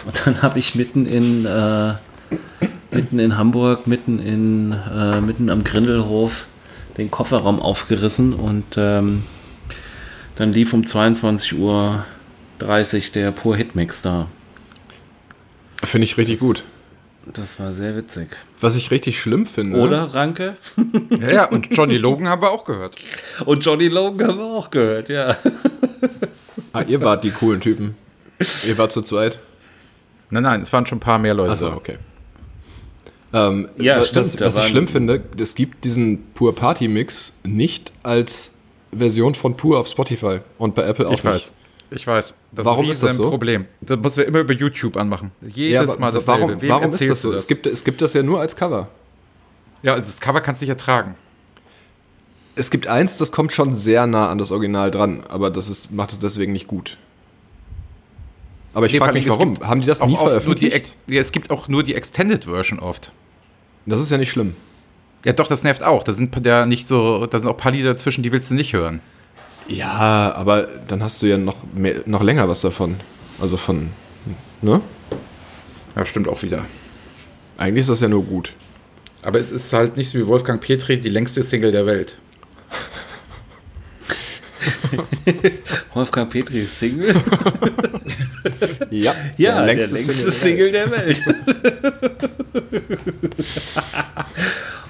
Und dann habe ich mitten in... Äh, mitten in Hamburg, mitten in äh, mitten am Grindelhof den Kofferraum aufgerissen und ähm, dann lief um 22 Uhr 30 der Pur Hitmix da.
Finde ich richtig gut.
Das war sehr witzig.
Was ich richtig schlimm finde.
Oder Ranke?
Ja, ja, und Johnny Logan haben wir auch gehört.
Und Johnny Logan haben wir auch gehört, ja.
Ah, ihr wart die coolen Typen. Ihr wart zu zweit.
Nein, nein, es waren schon ein paar mehr Leute.
Achso, okay. Ähm,
Ja,
wa-
stimmt,
das,
da
was ich
waren-
schlimm finde, es gibt diesen Pur Party Mix nicht als Version von Pur auf Spotify und bei Apple auch
Ich
nicht.
weiß. Ich weiß. Das
Warum ist das
riesen
so?
Problem. Das müssen wir immer über YouTube anmachen.
Ja,
Jedes
aber
Mal dasselbe.
warum,
Wem
warum ist
erzählst
das
du
so? Es, gibt, es gibt das ja nur als Cover.
ja, also das Cover kannst du nicht ertragen.
Es gibt eins, das kommt schon sehr nah an das Original dran, aber das ist, macht es deswegen nicht gut. Aber ich
Nee, vor
frage mich,
allem, es
warum?
gibt
Haben die das
Auch
nie
oft nur die,
veröffentlicht?
ja, es gibt auch nur die Extended Version oft.
Das ist ja nicht schlimm.
Ja, doch, das nervt auch. Da sind ja nicht so, da sind auch ein paar Lieder dazwischen, die willst du nicht hören.
Ja, aber dann hast du ja noch, mehr, noch länger was davon. Also von, ne?
Ja, stimmt auch wieder.
Eigentlich ist das ja nur gut.
Aber es ist halt nicht so wie Wolfgang Petri, die längste Single der Welt.
Wolfgang Petri ist Single.
Ja,
Ja, der
der längste,
längste
Single.
Single der Welt.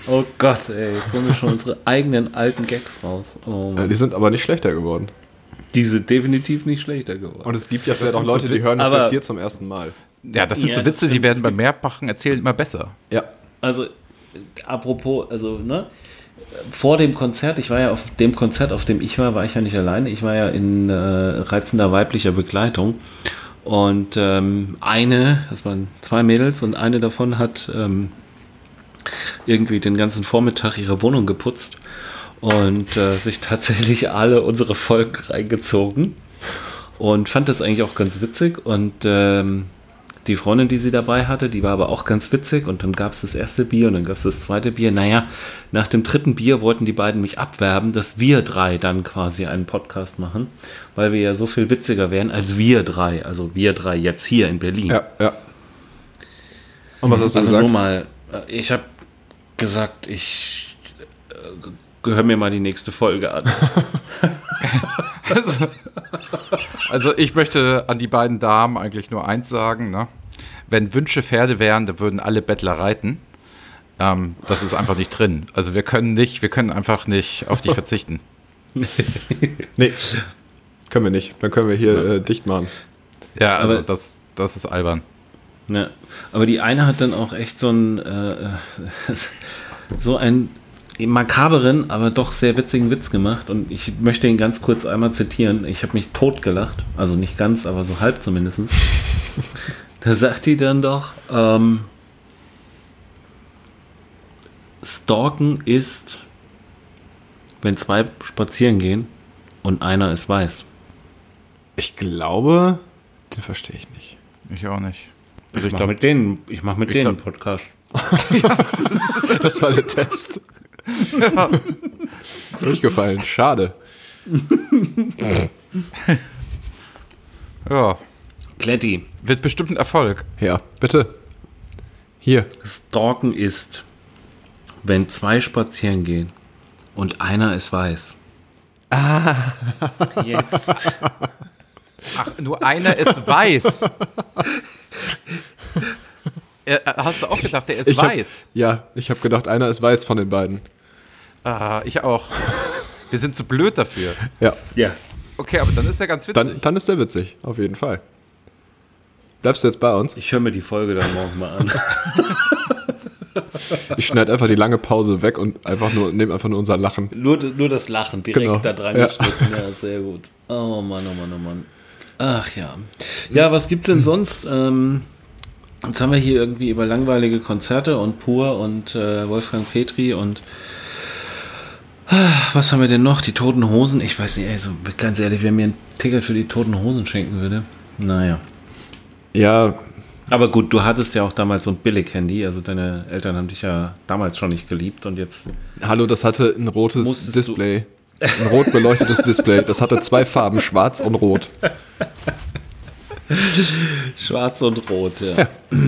oh Gott, ey, jetzt holen wir schon unsere eigenen alten Gags raus. Oh,
Ja, Die sind aber nicht schlechter geworden.
die sind definitiv nicht schlechter geworden.
Und es gibt ja vielleicht
sind
auch Leute,
so
die hören das
aber-
jetzt hier zum ersten Mal.
Ja, das sind
Ja,
so
das
Witze, die werden beim Mehrfachen erzählen immer besser.
Ja.
Also, äh, apropos, also, ne? Vor dem Konzert, ich war ja auf dem Konzert, auf dem ich war, war ich ja nicht alleine. Ich war ja in äh, reizender weiblicher Begleitung. Und ähm, eine, das waren zwei Mädels, und eine davon hat ähm, irgendwie den ganzen Vormittag ihre Wohnung geputzt und äh, sich tatsächlich alle unsere Folgen reingezogen und fand das eigentlich auch ganz witzig. Und ähm, die Freundin, die sie dabei hatte, die war aber auch ganz witzig. Und dann gab es das erste Bier und dann gab es das zweite Bier. Naja, nach dem dritten Bier wollten die beiden mich abwerben, dass wir drei dann quasi einen Podcast machen, weil wir ja so viel witziger wären als wir drei. Also wir drei jetzt hier in Berlin.
Ja, ja. Und was hast du
Also nur
gesagt?
mal, äh, ich habe gesagt, ich äh, gehör mir mal die nächste Folge an.
Also, also ich möchte an die beiden Damen eigentlich nur eins sagen. Ne? Wenn Wünsche Pferde wären, dann würden alle Bettler reiten. Ähm, das ist einfach nicht drin. Also wir können nicht, wir können einfach nicht auf dich verzichten.
Nee. Können wir nicht. Dann können wir hier äh, dicht machen.
Ja, also
Aber-
das, das ist albern.
Ja, aber die eine hat dann auch echt so einen, äh, so einen makaberen, aber doch sehr witzigen Witz gemacht. Und ich möchte ihn ganz kurz einmal zitieren. Ich habe mich totgelacht. Also nicht ganz, aber so halb zumindest. da sagt die dann doch, ähm, Stalken ist, wenn zwei spazieren gehen und einer es weiß.
Ich glaube, den verstehe ich nicht.
Ich auch nicht. Also
Ich
ich
mach
glaube,
mit denen, ich mach mit
ich
denen
glaub-
Podcast.
Das war der Test. Durchgefallen. Schade.
ja,
Kletti,
wird bestimmt ein Erfolg.
Ja, bitte. Hier.
Stalken ist, wenn zwei spazieren gehen und einer ist weiß. Ah. Jetzt.
Ach, nur einer ist weiß. Äh, Hast du auch gedacht, der ist
Ich hab-
weiß?
Ja, ich habe gedacht, einer ist weiß von den beiden.
Ah, ich auch. Wir sind zu blöd dafür.
Ja,
Ja.
Okay, aber dann ist ja ganz witzig.
dann, dann ist der witzig, auf jeden Fall. Bleibst du jetzt bei uns?
Ich höre mir die Folge dann morgen mal an.
Ich schneide einfach die lange Pause weg und einfach nur nehme einfach nur unser Lachen.
Nur, nur das Lachen direkt
Genau.
da dran
Ja.
geschnitten. Ja, sehr gut. Oh Mann, oh Mann, oh Mann. Ach ja. Ja, was gibt's denn sonst? Ähm, jetzt haben wir hier irgendwie über langweilige Konzerte und Pur und äh, Wolfgang Petri und Ah, was haben wir denn noch? Die Toten Hosen? Ich weiß nicht, also ganz ehrlich, wer mir ein Ticket für die Toten Hosen schenken würde. Naja.
Ja,
Aber gut, du hattest ja auch damals so ein Billig-Handy, also deine Eltern haben dich ja damals schon nicht geliebt und jetzt
hallo, das hatte ein rotes
Musstest du-
Display. Ein rot beleuchtetes Display. Das hatte zwei Farben, schwarz und rot.
Schwarz und Rot, ja.
Ja.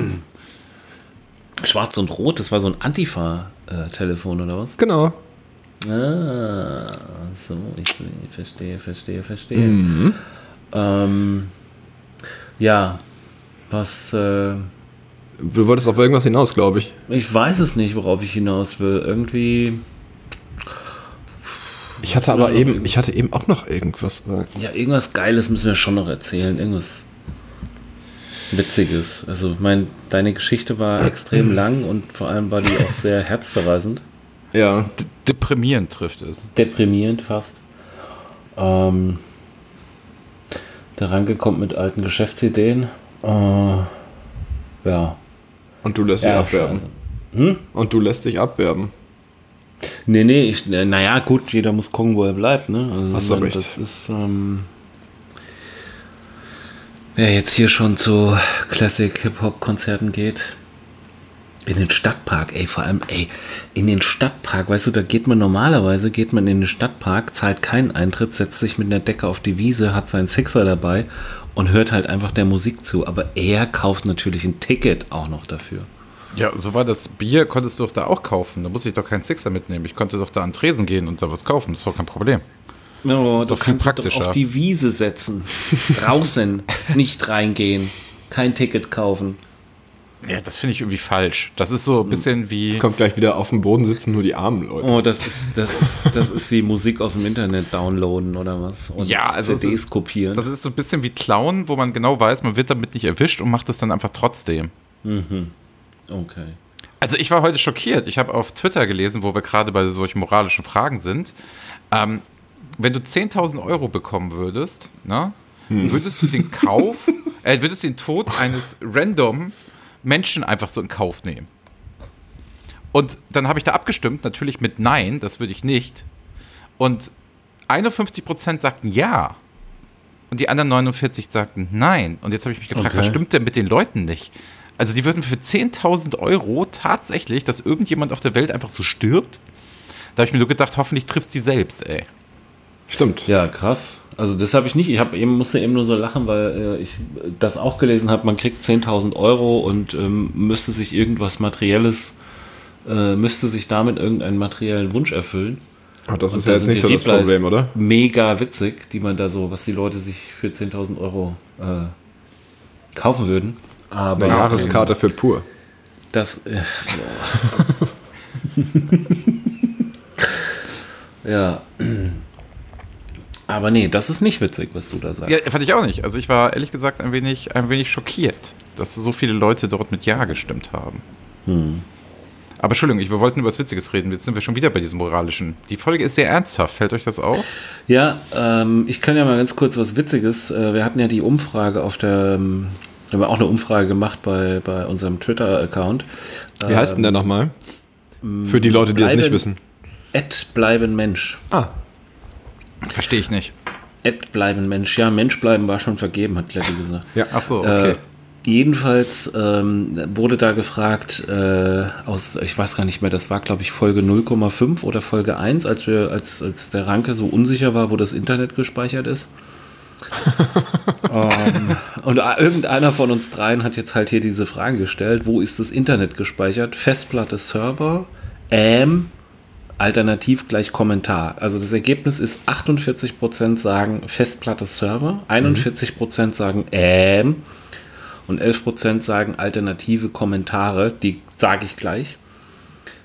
Schwarz und Rot, das war so ein Antifa-Telefon oder was?
Genau.
Ah, so, ich seh, verstehe, verstehe, verstehe. Ähm, ja, was, äh,
Du wolltest auf irgendwas hinaus, glaube ich.
ich weiß es nicht, worauf ich hinaus will. Irgendwie,
Ich hatte
Oder
aber
noch
eben,
irgend-
ich hatte eben auch noch irgendwas. äh,
ja, irgendwas Geiles müssen wir schon noch erzählen, irgendwas Witziges. Also, ich meine, deine Geschichte war extrem lang und vor allem war die auch sehr herzzerreißend.
Ja.
D- Deprimierend trifft es.
deprimierend fast. Ähm, der Ranke kommt mit alten Geschäftsideen. Äh, ja.
Und du lässt dich
Ja,
abwerben.
scheiße.
Und du lässt dich abwerben.
Nee, nee, ich, äh, naja, gut, jeder muss gucken, wo er bleibt, ne? Also,
Hast
ich
du
mein,
recht.
Das ist, ähm, wer jetzt hier schon zu Classic-Hip-Hop-Konzerten geht, in den Stadtpark, ey, vor allem, ey, in den Stadtpark, weißt du, da geht man normalerweise, geht man in den Stadtpark, zahlt keinen Eintritt, setzt sich mit einer Decke auf die Wiese, hat seinen Sixer dabei und hört halt einfach der Musik zu. Aber er kauft natürlich ein Ticket auch noch dafür.
Ja, so war das Bier, konntest du doch da auch kaufen. Da musste ich doch keinen Sixer mitnehmen. Ich konnte doch da an den Tresen gehen und da was kaufen. Das ist doch kein Problem.
Ja, aber
Ist
du
doch viel
kannst dich Doch
praktischer.
auf die Wiese setzen. Draußen. nicht reingehen. Kein Ticket kaufen.
Ja, das finde ich irgendwie falsch. Das ist so ein bisschen wie.
Jetzt kommt gleich wieder auf dem Boden sitzen nur die armen Leute.
Oh, das ist, das ist, das ist wie Musik aus dem Internet downloaden oder was? Und
Ja, also es
CDs
ist-
kopieren.
Das ist so ein bisschen wie Clown, wo man genau weiß, man wird damit nicht erwischt und macht es dann einfach trotzdem.
okay.
Also ich war heute schockiert. Ich habe auf Twitter gelesen, wo wir gerade bei solchen moralischen Fragen sind. Ähm, wenn du 10.000 Euro bekommen würdest, ne, würdest du den Kauf, äh, würdest du den Tod eines random Menschen einfach so in Kauf nehmen? Und dann habe ich da abgestimmt, natürlich mit Nein, das würde ich nicht. Und 51% sagten Ja. Und die anderen 49 sagten Nein. Und jetzt habe ich mich gefragt,
Okay.
was stimmt denn mit den Leuten nicht? Also die würden für 10.000 Euro tatsächlich, dass irgendjemand auf der Welt einfach so stirbt? Da habe ich mir nur gedacht, hoffentlich trifft sie selbst, ey.
Stimmt.
Ja, krass. Also das habe ich nicht. Ich hab eben, musste eben nur so lachen, weil äh, ich das auch gelesen habe. Man kriegt 10.000 Euro und ähm, müsste sich irgendwas Materielles, äh, müsste sich damit irgendeinen materiellen Wunsch erfüllen.
Ah, das ist
Da
ja jetzt
sind
nicht
die
so das
Replies
Problem, oder?
Mega witzig, die man da so, was die Leute sich für 10.000 Euro äh, kaufen würden. Aber
Eine Jahreskarte für pur.
das. Äh, boah. ja. Aber nee, das ist nicht witzig, was du da sagst.
Ja, fand ich auch nicht. Also ich war ehrlich gesagt ein wenig, ein wenig schockiert, dass so viele Leute dort mit Ja gestimmt haben. Aber Entschuldigung, ich, wir wollten über was Witziges reden. Jetzt sind wir schon wieder bei diesem moralischen. Die Folge ist sehr ernsthaft. Fällt euch das auf?
Ja, ähm, ich kann ja mal ganz kurz was Witziges. Äh, wir hatten ja die Umfrage auf der, ähm, haben wir auch eine Umfrage gemacht bei, bei unserem Twitter-Account.
Wie heißt denn der nochmal? Für die Leute, die das nicht
Ähm, bleiben-
wissen.
Ed Ähm, bleiben Mensch.
Ah,
Verstehe ich nicht.
Ed bleiben Mensch. Ja, Mensch bleiben war schon vergeben, hat Kletti gesagt.
ja.
Ach so, okay.
Äh, jedenfalls ähm, wurde da gefragt, äh, aus, ich weiß gar nicht mehr, das war glaube ich Folge 0,5 oder Folge 1, als wir, als, als der Ranke so unsicher war, wo das Internet gespeichert ist. ähm, und a- irgendeiner von uns dreien hat jetzt halt hier diese Frage gestellt: Wo ist das Internet gespeichert? Festplatte, Server, ähm, alternativ gleich Kommentar. Also das Ergebnis ist: 48% sagen Festplatte, Server, 41% sagen ähm und 11% sagen alternative Kommentare. Die sage ich gleich.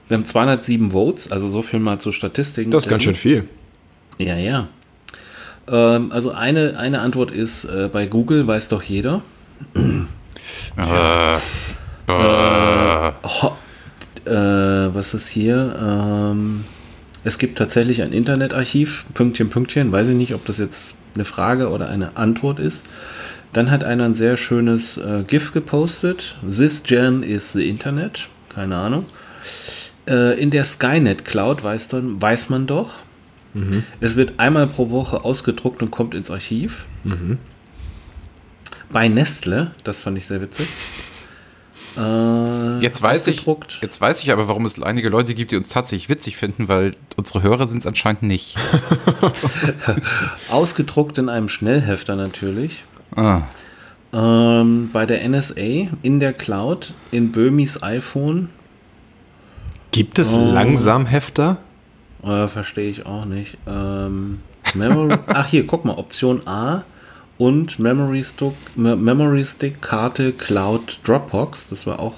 Wir haben 207 Votes, also so viel mal zu Statistiken.
Das ist ganz schön viel.
Ja, ja. Ähm, also eine, eine Antwort ist, äh, bei Google weiß doch jeder. äh, ho, äh, was ist hier? Ähm, es gibt tatsächlich ein Internetarchiv, Pünktchen, Pünktchen, weiß ich nicht, ob das jetzt eine Frage oder eine Antwort ist. Dann hat einer ein sehr schönes äh, GIF gepostet. This gen is the Internet. Keine Ahnung. Äh, in der Skynet Cloud weiß, dann, weiß man doch.
Mhm.
Es wird einmal pro Woche ausgedruckt und kommt ins Archiv.
Mhm.
Bei Nestle, das fand ich sehr witzig. Äh,
Jetzt weiß, ich,
ausgedruckt.
jetzt weiß ich aber, warum es einige Leute gibt, die uns tatsächlich witzig finden, weil unsere Hörer sind es anscheinend nicht.
Ausgedruckt in einem Schnellhefter natürlich.
Ah.
Ähm, bei der NSA in der Cloud, in Böhmis iPhone.
Gibt es
Oh.
Langsamhefter?
Äh, Verstehe ich auch nicht. Ähm, Memory, ach hier, guck mal, Option A und Memory Stick, Me- Memory Stick Karte Cloud Dropbox. Das war auch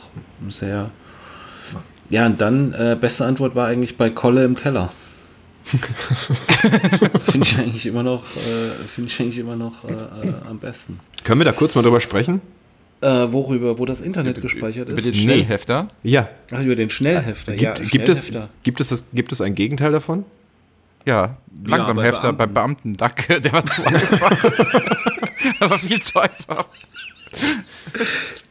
sehr. Ja, und dann, äh, beste Antwort war eigentlich bei Kolle im Keller. finde ich eigentlich immer noch, äh, finde ich eigentlich immer noch äh, äh, am besten.
Können wir da kurz mal drüber sprechen?
Äh, worüber, wo das Internet gespeichert
Über
ist?
den Schnellhefter?
Ja.
Ach, über den Schnellhefter.
Gibt,
ja,
gibt, es,
Schnellhefter.
gibt, es das, gibt es ein Gegenteil davon?
Ja, langsam
bei
Hefter bei Beamten. Danke, der war zu einfach. Der war viel zu einfach.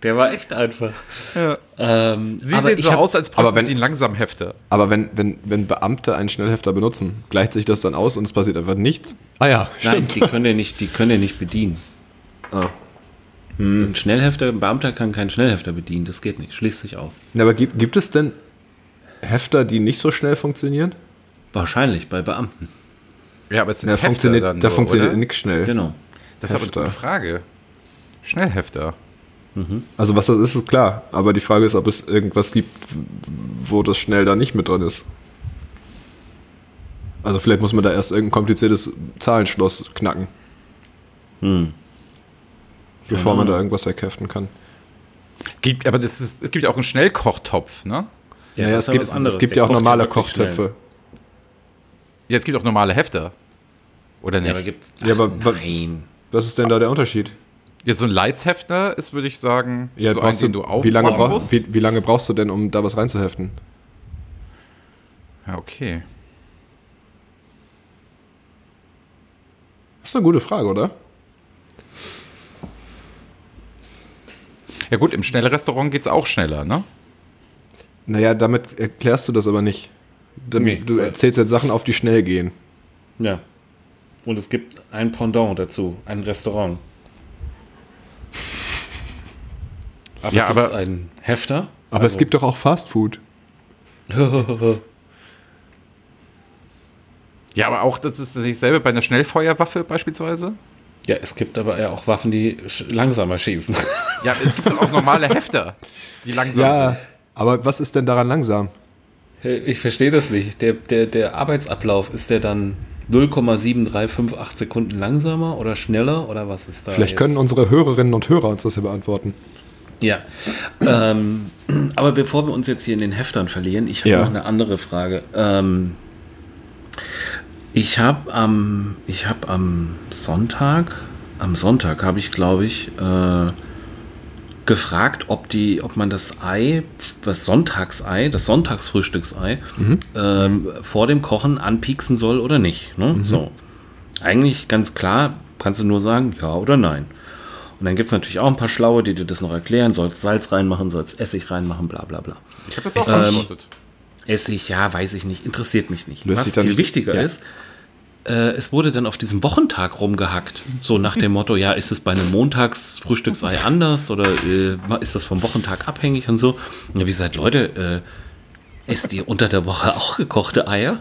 Der war echt einfach.
Ja.
Ähm,
Sie
aber
sehen
ich
so
hab-
aus, als
aber
brauchten
wenn-
sie einen langsam Hefter.
Aber wenn, wenn, wenn Beamte einen Schnellhefter benutzen, gleicht sich das dann aus und es passiert einfach nichts? Ah ja,
Nein,
stimmt.
die können den nicht, die können den nicht bedienen.
Ah.
Ein Schnellhefter, ein Beamter kann keinen Schnellhefter bedienen, das geht nicht, schließt sich aus.
Na, aber gibt, gibt es denn Hefter, die nicht so schnell funktionieren?
Wahrscheinlich bei Beamten,
Ja, aber es sind
Ja,
Hefter
funktioniert,
dann
da
nur,
funktioniert
oder?
nichts schnell.
genau.
Das ist aber eine
Hefter.
gute Frage. Schnellhefter.
Also was das ist, ist klar. Aber die Frage ist, ob es irgendwas gibt, wo das schnell da nicht mit drin ist. Also vielleicht muss man da erst irgendein kompliziertes Zahlenschloss knacken. Bevor man da irgendwas wegheften kann.
Gibt, aber das ist, es gibt ja auch einen Schnellkochtopf, ne?
Ja,
naja,
das
es
ist
gibt,
was anderes.
es gibt
Der
ja auch
kocht
normale
wirklich schnell.
Kochtöpfe.
Ja, es gibt auch normale Hefter. Oder
Ja,
nicht?
aber
Ja,
gibt's,
Ja, aber wa-
nein.
Was ist denn da der Unterschied?
so ein Leitshefter ist, würde ich sagen,
Ja,
so
brauchst
einen,
du,
den du aufmachen
wie, lange brauch-
musst.
wie, wie lange brauchst du denn, um da was reinzuheften?
ja, okay.
Das ist eine gute Frage, oder?
Ja gut, im Schnellrestaurant geht es auch schneller, ne?
Naja, damit erklärst du das aber nicht. Dann-
Nee.
du erzählst jetzt Sachen auf, die schnell gehen.
Ja. Und es gibt ein Pendant dazu, ein Restaurant. Aber
Ja,
gibt's
aber- halt-
einen Hefter?
Aber es gibt doch auch Fast Food.
Ja, aber auch, das ist dasselbe bei einer Schnellfeuerwaffe beispielsweise.
Ja, es gibt aber ja auch Waffen, die sch langsamer schießen.
Ja, aber es gibt doch auch normale Hefter, die langsam
Ja,
sind.
aber was ist denn daran langsam?
Hey, Ich verstehe das nicht. Der, der, der Arbeitsablauf, ist der dann 0,7358 Sekunden langsamer oder schneller oder was ist da?
Vielleicht
jetzt?
können unsere Hörerinnen und Hörer uns das ja beantworten.
Ja. Ähm, aber bevor wir uns jetzt hier in den Heftern verlieren, ich habe
Ja.
noch eine andere Frage. Ähm, ich habe am, ich habe am Sonntag, am Sonntag habe ich, glaube ich, äh, gefragt, ob die, ob man das Ei, das Sonntagsei, das Sonntagsfrühstücksei ähm, vor dem Kochen anpieksen soll oder nicht. Ne? So, eigentlich ganz klar, kannst du nur sagen, ja oder nein. Und dann gibt es natürlich auch ein paar Schlaue, die dir das noch erklären. Sollst Salz reinmachen, sollst Essig reinmachen, bla bla bla.
Ich habe das auch
Ähm,
beantwortet.
Essig, ja, weiß ich nicht, interessiert mich nicht.
Löst
Was
sich dann
viel
nicht-
wichtiger
ja.
ist, äh, es wurde dann auf diesem Wochentag rumgehackt. So nach dem Motto, ja, ist es bei einem Montagsfrühstücksei anders oder äh, ist das vom Wochentag abhängig und so. Und dann hab ich gesagt, Leute, äh, esst ihr unter der Woche auch gekochte Eier?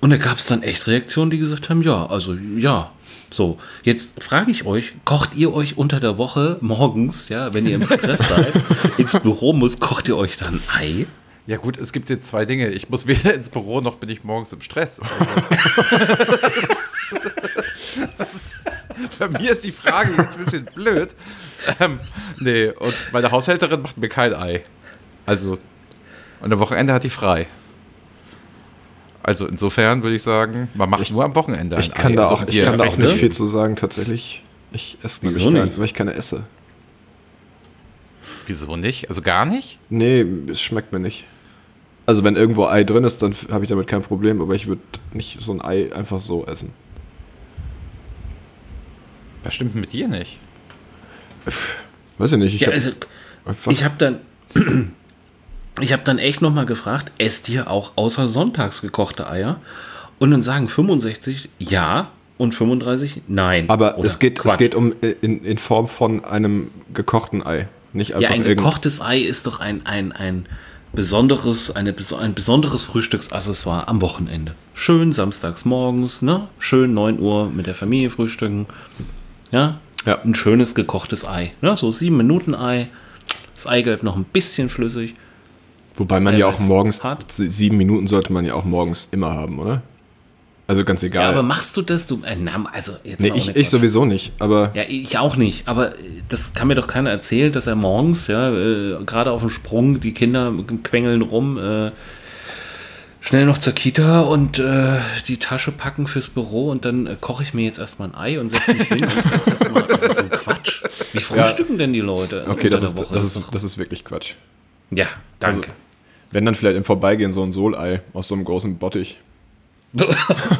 Und da gab es dann echt Reaktionen, die gesagt haben, ja, also ja. So, jetzt frage ich euch, kocht ihr euch unter der Woche morgens, ja, wenn ihr im Stress seid, ins Büro muss, kocht ihr euch dann Ei?
Ja gut, es gibt jetzt zwei Dinge. Ich muss weder ins Büro noch bin ich morgens im Stress. Also, bei mir ist die Frage jetzt ein bisschen blöd. Ähm, nee, und meine Haushälterin macht mir kein Ei. Also, und am Wochenende hat die frei. Also insofern würde ich sagen, man macht nur am Wochenende
Ich kann da
Also
auch, ich
ihr-
kann da auch
Echte?
nicht viel zu sagen, tatsächlich. Ich esse glaub
Wieso
ich, gar
nicht?
nicht, weil ich keine esse.
Wieso nicht? Also gar nicht?
Nee, es schmeckt mir nicht. Also wenn irgendwo Ei drin ist, dann habe ich damit kein Problem, aber ich würde nicht so ein Ei einfach so essen.
Was stimmt denn mit dir nicht?
Weiß ich nicht. Ich
Ja,
hab
also
einfach,
ich habe dann, ich habe dann echt nochmal gefragt, esst ihr auch außer sonntags gekochte Eier? Und dann sagen 65 ja und 35 nein.
aber
Oder
es geht, es
Quatsch.
geht um äh, in, in Form von einem gekochten Ei. Nicht einfach
Ja, ein
irgend-
gekochtes Ei ist doch ein, ein, ein besonderes, eine, beso- ein besonderes Frühstücksaccessoire am Wochenende. Schön samstags morgens, ne? Schön 9 Uhr mit der Familie frühstücken. Ja?
Ja.
Ein schönes gekochtes Ei. Ne? So sieben Minuten Ei. Das Eigelb noch ein bisschen flüssig.
Wobei man ja auch
Eiweiß
morgens,
hat.
sie- sieben Minuten sollte man ja auch morgens immer haben, oder? Also ganz
Ja,
egal.
aber machst du das? Du, äh, na, also jetzt
nee,
mal
ich,
ohne
ich
Quatsch.
sowieso nicht, aber
Ja, ich auch nicht. Aber äh, das kann mir doch keiner erzählen, dass er morgens, ja, äh, gerade auf dem Sprung, die Kinder quengeln rum, äh, schnell noch zur Kita und äh, die Tasche packen fürs Büro und dann äh, koche ich mir jetzt erstmal ein Ei und setze mich hin und esse das mal. Das ist so ein Quatsch. Wie frühstücken denn die Leute?
okay, das
unter
ist,
der Woche?
das, ist, das ist wirklich Quatsch. Also,
ja, danke.
Wenn dann vielleicht im Vorbeigehen so ein Solei aus so einem großen Bottich.
Also,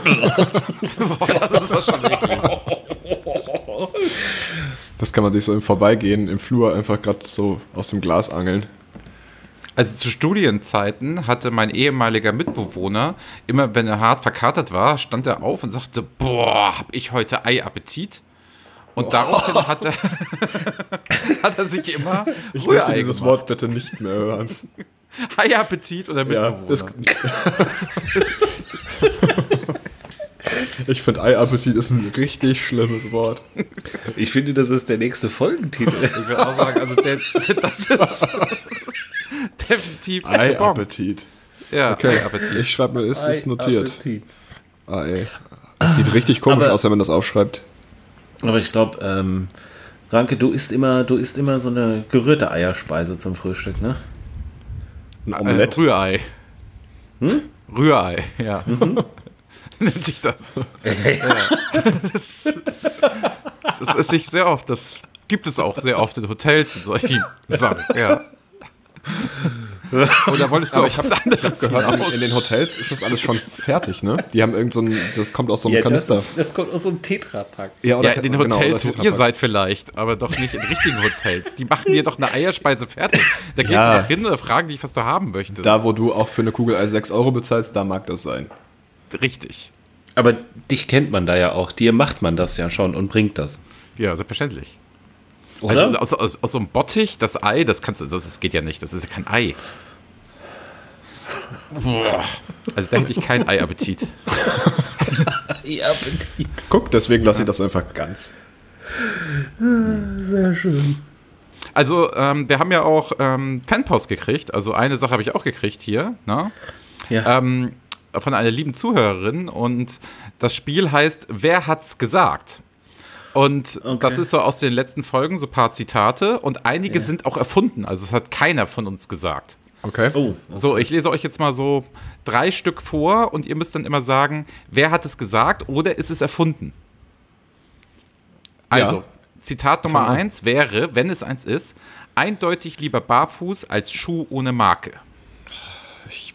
Das ist doch schon
Das kann man sich so im Vorbeigehen im Flur einfach gerade so aus dem Glas angeln.
Also zu Studienzeiten hatte mein ehemaliger Mitbewohner, immer wenn er hart verkatert war, stand er auf und sagte, boah, hab ich heute Ei-Appetit. Und daraufhin hat er, hat er sich immer
Ich möchte
Rührei
dieses
gemacht.
Wort bitte nicht mehr hören.
Ei-Appetit oder
Ja,
Mitbewohner.
das ich finde Eiappetit ist ein richtig schlimmes Wort.
Ich finde, das ist der nächste Folgentitel.
ich würde auch sagen, also der, das ist definitiv der Bomb.
Eiappetit.
Ja,
Okay,
Ei-Appetit.
ich schreibe mir, es ist notiert.
Appetit.
Ah, ey. Das sieht richtig komisch
Aber-
aus, wenn man das aufschreibt.
Aber ich glaube, ähm, Ranke, du isst immer, du isst immer so eine gerührte Eierspeise zum Frühstück, ne?
Ein
Äh,
Omelett.
Rührei.
Hm?
Rührei, ja.
Mhm.
Nennt sich das. ja. das. Das ist sich sehr oft, das gibt es auch sehr oft in Hotels und solchen Sachen, ja. Oder wolltest du
Aber
auf was anderes
gehört, in,
hinaus?
in den Hotels ist das alles schon fertig, ne? Die haben irgend so ein, das kommt aus so einem Kanister.
kommt aus so einem Tetrapack.
ja,
ja, in den
genau,
Hotels,
oder
wo ihr
Tetrapack.
seid vielleicht, aber doch nicht in richtigen Hotels. Die machen dir doch eine Eierspeise fertig. Da geht
Ja.
man doch hin und fragen dich, was du haben möchtest.
Da, wo du auch für eine Kugel Eis 6 Euro bezahlst, da mag das sein.
Richtig.
Aber dich kennt man da ja auch. Dir macht man das ja schon und bringt das.
Ja, selbstverständlich.
Oder?
Also aus, aus, aus so einem Bottich, das Ei, das kannst du, das, das geht ja nicht, das ist ja kein Ei. Boah. Also da hätte ich keinen Ei-Appetit.
ja, Appetit.
Guck, deswegen lasse ich das einfach ganz.
Sehr schön.
Also ähm, wir haben ja auch ähm, Fanpost gekriegt, also eine Sache habe ich auch gekriegt hier, ne?
Ja.
ähm, von einer lieben Zuhörerin und das Spiel heißt Wer hat's gesagt? Und
Okay.
das ist so aus den letzten Folgen, so ein paar Zitate und einige sind auch erfunden, also es hat keiner von uns gesagt.
Okay.
oh,
So, ich lese euch jetzt mal so drei Stück vor und ihr müsst dann immer sagen, wer hat es gesagt oder ist es erfunden? Also,
Ja.
Zitat Nummer eins wäre, wenn es eins ist, eindeutig lieber barfuß als Schuh ohne Marke.
Ich-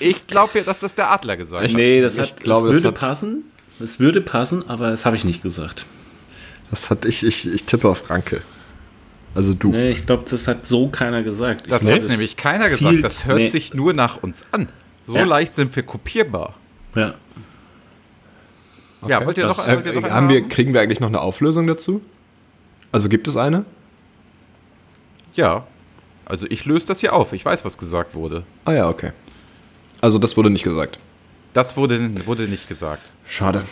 Ich glaube ja, dass das der Adler gesagt hat.
nee, das, hat,
glaube,
es
es
würde
hat-
passen. Es würde passen, aber das habe ich nicht gesagt.
Das hat ich, ich, ich tippe auf Ranke. Also du.
Nee, ich glaube, das hat so keiner gesagt. Ich
Das
glaub,
hat nämlich keiner
zielt-
gesagt. Das hört
nee.
sich nur nach uns an. So
Ja.
leicht sind wir kopierbar.
Ja.
Ja, wollt ihr
Das-
noch, wollt ihr
Äh,
noch einen
haben wir, kriegen wir eigentlich noch eine Auflösung dazu? Also gibt es eine?
Ja. Also ich löse das hier auf. Ich weiß, was gesagt wurde.
Ah ja, okay. Also das wurde nicht gesagt.
Das wurde, wurde nicht gesagt.
Schade.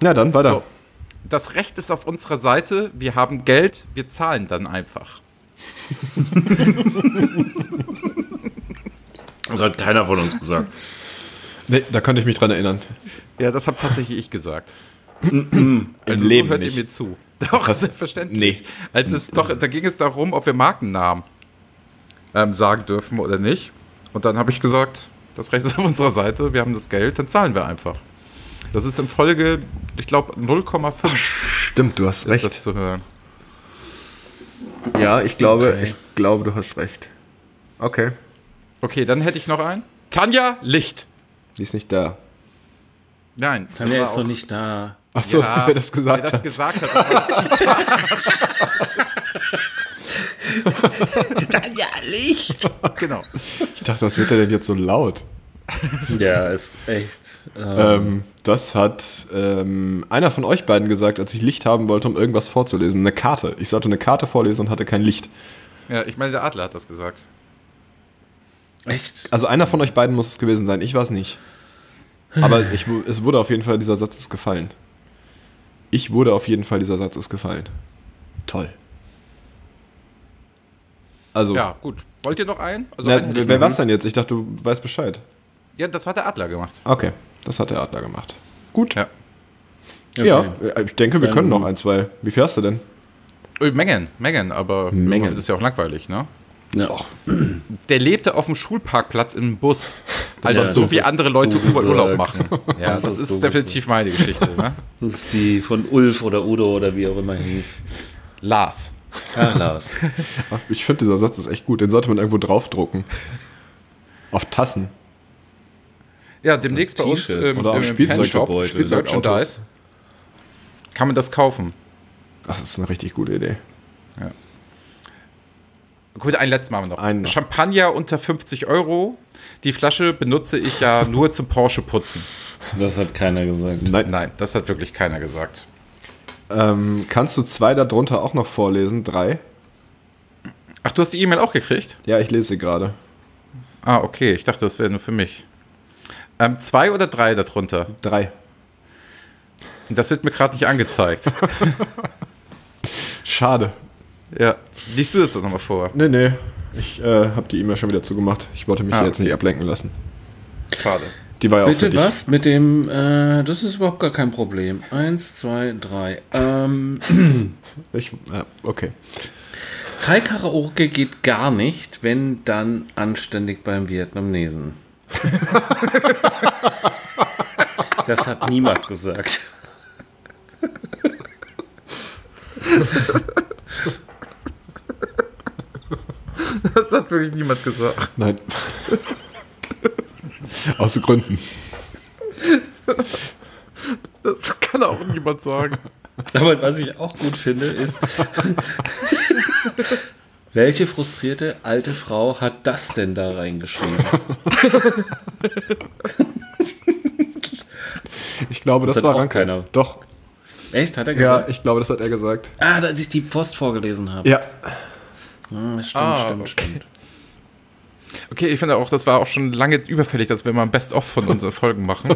Na dann, weiter.
So. Das Recht ist auf unserer Seite, wir haben Geld, wir zahlen dann einfach.
Das hat keiner von uns gesagt.
Nee, da konnte ich mich dran erinnern.
Ja, das habe tatsächlich ich gesagt.
Im
Also
Leben
so hört
nicht.
ihr mir zu. Doch,
hast-
selbstverständlich.
nee.
Als es doch, da ging es darum, ob wir Markennamen ähm, sagen dürfen oder nicht. Und dann habe ich gesagt, das Recht ist auf unserer Seite, wir haben das Geld, dann zahlen wir einfach. Das ist in Folge, ich glaube, 0,5
Stimmt, du hast
ist das zu hören.
Ja, ich glaube,
Okay.
ich glaube, du hast recht. Okay.
Okay, dann hätte ich noch einen. Tanja Licht.
Die ist nicht da.
Nein. das
Tanja
war
ist
auch-
doch nicht da.
Achso,
Ja,
wer das gesagt
wer das
hat.
gesagt hat, das war das Zitat.
Tanja, Licht!
genau.
ich dachte, was wird der denn jetzt so laut?
Ja, ist echt. Äh,
Ähm, das hat ähm, einer von euch beiden gesagt, als ich Licht haben wollte, um irgendwas vorzulesen. Eine Karte. Ich sollte eine Karte vorlesen und hatte kein Licht.
Ja, ich meine, der Adler hat das gesagt.
echt?
Also einer von euch beiden muss es gewesen sein. Ich war es nicht. Aber ich, wu- es wurde auf jeden Fall dieser Satz ist gefallen. Ich wurde auf jeden Fall dieser Satz ist gefallen. Toll. Also,
Ja, gut. Wollt ihr noch einen? Also einen
na,
hätte ich
wer- wer
noch.
war es denn jetzt? Ich dachte, du weißt Bescheid.
Ja, das hat der Adler gemacht.
Okay, das hat der Adler gemacht. Gut.
Ja.
Okay.
Ja, äh, ich denke, wir
Dann-
können noch ein, zwei. Wie viel hast du denn?
Ö, Mengen, Mengen, aber
Mengen.
das ist ja auch langweilig, ne?
Ja.
Der lebte auf dem Schulparkplatz im Bus. Also
Ja,
so
das
wie
ist
andere Leute
doof
Uber Urlaub
gesagt.
machen. Ja, das,
Das ist
ist,
doof
definitiv meine Geschichte, ne?
Das ist die von Ulf oder Udo oder wie auch immer hieß.
Lars.
Ah, Lars.
Ach, Ich finde, dieser Satz ist echt gut. Den sollte man irgendwo draufdrucken. Auf Tassen.
Ja, demnächst bei uns
T-Shirts
im,
oder auch
im Fanshop,
Spielzeuggebäude,
Merchandise,
Merchandise.
kann man das kaufen.
Das ist eine richtig gute Idee.
Gut, ein letztes Mal haben wir noch.
Einen noch.
Champagner unter 50 Euro. Die Flasche benutze ich ja nur zum Porsche putzen.
Das hat keiner gesagt.
Nein.
Nein, das hat wirklich keiner gesagt.
Ähm, kannst du zwei darunter auch noch vorlesen? Drei?
Ach, du hast die E-Mail auch gekriegt?
Ja, ich lese sie gerade.
Ah, okay. Ich dachte, das wäre nur für mich. Ähm, zwei oder drei darunter?
Drei.
Das wird mir gerade nicht angezeigt.
Schade.
ja. Liest du das doch nochmal vor?
Nee, nee. Ich äh, habe die E-Mail schon wieder zugemacht. Ich wollte mich
Ah,
hier jetzt
okay.
nicht ablenken lassen.
Schade.
Die war ja auch für
Bitte
dich.
was mit dem, äh, das ist überhaupt gar kein Problem. Eins, zwei, drei. Ähm,
Ich, ja, okay.
Thai Karaoke geht gar nicht, wenn dann anständig beim Vietnamesen. das hat niemand gesagt.
Das hat wirklich niemand gesagt.
Nein. Aus Gründen.
Das kann auch niemand sagen.
Aber was ich auch gut finde, ist, welche frustrierte alte Frau hat das denn da reingeschrieben?
Ich glaube, das,
Das hat
war
auch
Ranke.
keiner.
Doch.
Echt, hat er
Ja,
gesagt?
ich glaube, das hat er gesagt.
Ah, als ich die Post vorgelesen habe.
Ja.
Hm, stimmt,
Ah,
stimmt,
okay.
stimmt.
Okay, ich finde auch, das war auch schon lange überfällig, dass wir mal ein Best-of von unseren Folgen machen.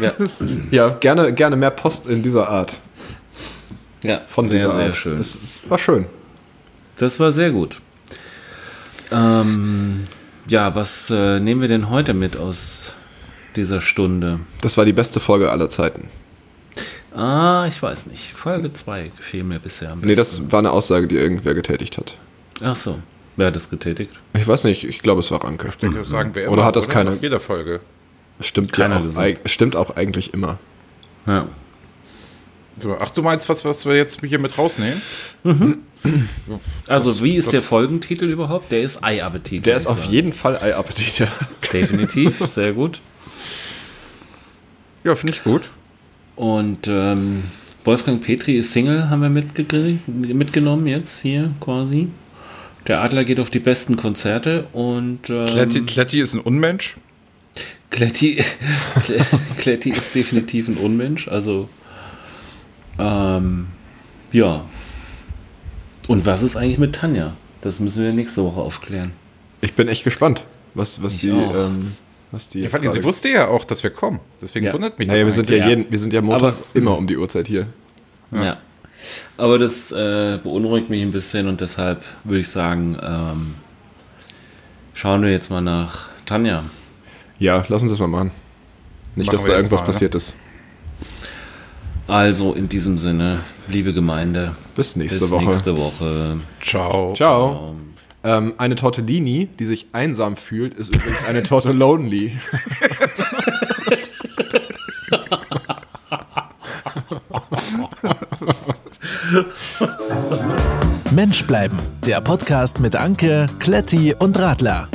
Ja,
Ja, gerne, gerne mehr Post in dieser Art.
ja
Von
sehr,
dieser
sehr
Art.
schön.
Es, es war schön.
Das war sehr gut. Ähm, ja, was äh, nehmen wir denn heute mit aus dieser Stunde?
Das war die beste Folge aller Zeiten.
Ah, ich weiß nicht. Folge 2 gefiel mir bisher am
Nee,
besten.
das war eine Aussage, die irgendwer getätigt hat.
Ach so. Wer hat das getätigt?
Ich weiß nicht, ich glaube, es war Anke.
Das sagen wir
Oder hat das keiner-
Nach jeder Folge.
Stimmt,
Keiner
ja auch,
gesagt.
eig- stimmt auch eigentlich immer.
Ja.
So, Ach, du meinst, was, was wir jetzt hier mit rausnehmen?
Also, wie ist der Folgentitel überhaupt? Der ist Ei-Appetit.
Der
würd
ist
ich
auf
sagen.
jeden Fall Ei Appetit. ja.
Definitiv, sehr gut.
Ja, finde ich gut.
Und ähm, Wolfgang Petri ist Single, haben wir mitgekrie- mitgenommen jetzt hier quasi. Der Adler geht auf die besten Konzerte und ähm,
Kletti, Kletti ist ein Unmensch.
Kletti, Kle- Kletti ist definitiv ein Unmensch, also ähm, ja. Und was ist eigentlich mit Tanja? Das müssen wir nächste Woche aufklären.
Ich bin echt gespannt. was, was
Ich
die,
auch.
ähm, was die
Ja,
jetzt
vor allem, sie
gerade-
wusste ja auch, dass wir kommen. Deswegen
Ja.
wundert mich
Naja, wir
das.
sind
eigentlich.
ja,
Ja.
jeden, wir sind ja montags immer um die Uhrzeit hier.
Ja. Aber das äh, beunruhigt mich ein bisschen und deshalb würde ich sagen, ähm, schauen wir jetzt mal nach Tanja.
Ja, lass uns das mal machen. Nicht,
Machen
dass
wir
da
jetzt
irgendwas
mal, ne?
passiert ist.
Also in diesem Sinne, liebe Gemeinde,
Bis nächste
bis
Woche.
nächste Woche.
Ciao.
Ciao.
Ähm,
Ähm, eine Tortellini, die sich einsam fühlt, ist übrigens eine Torte Lonely.
Mensch bleiben, der Podcast mit Anke, Kletti und Radler.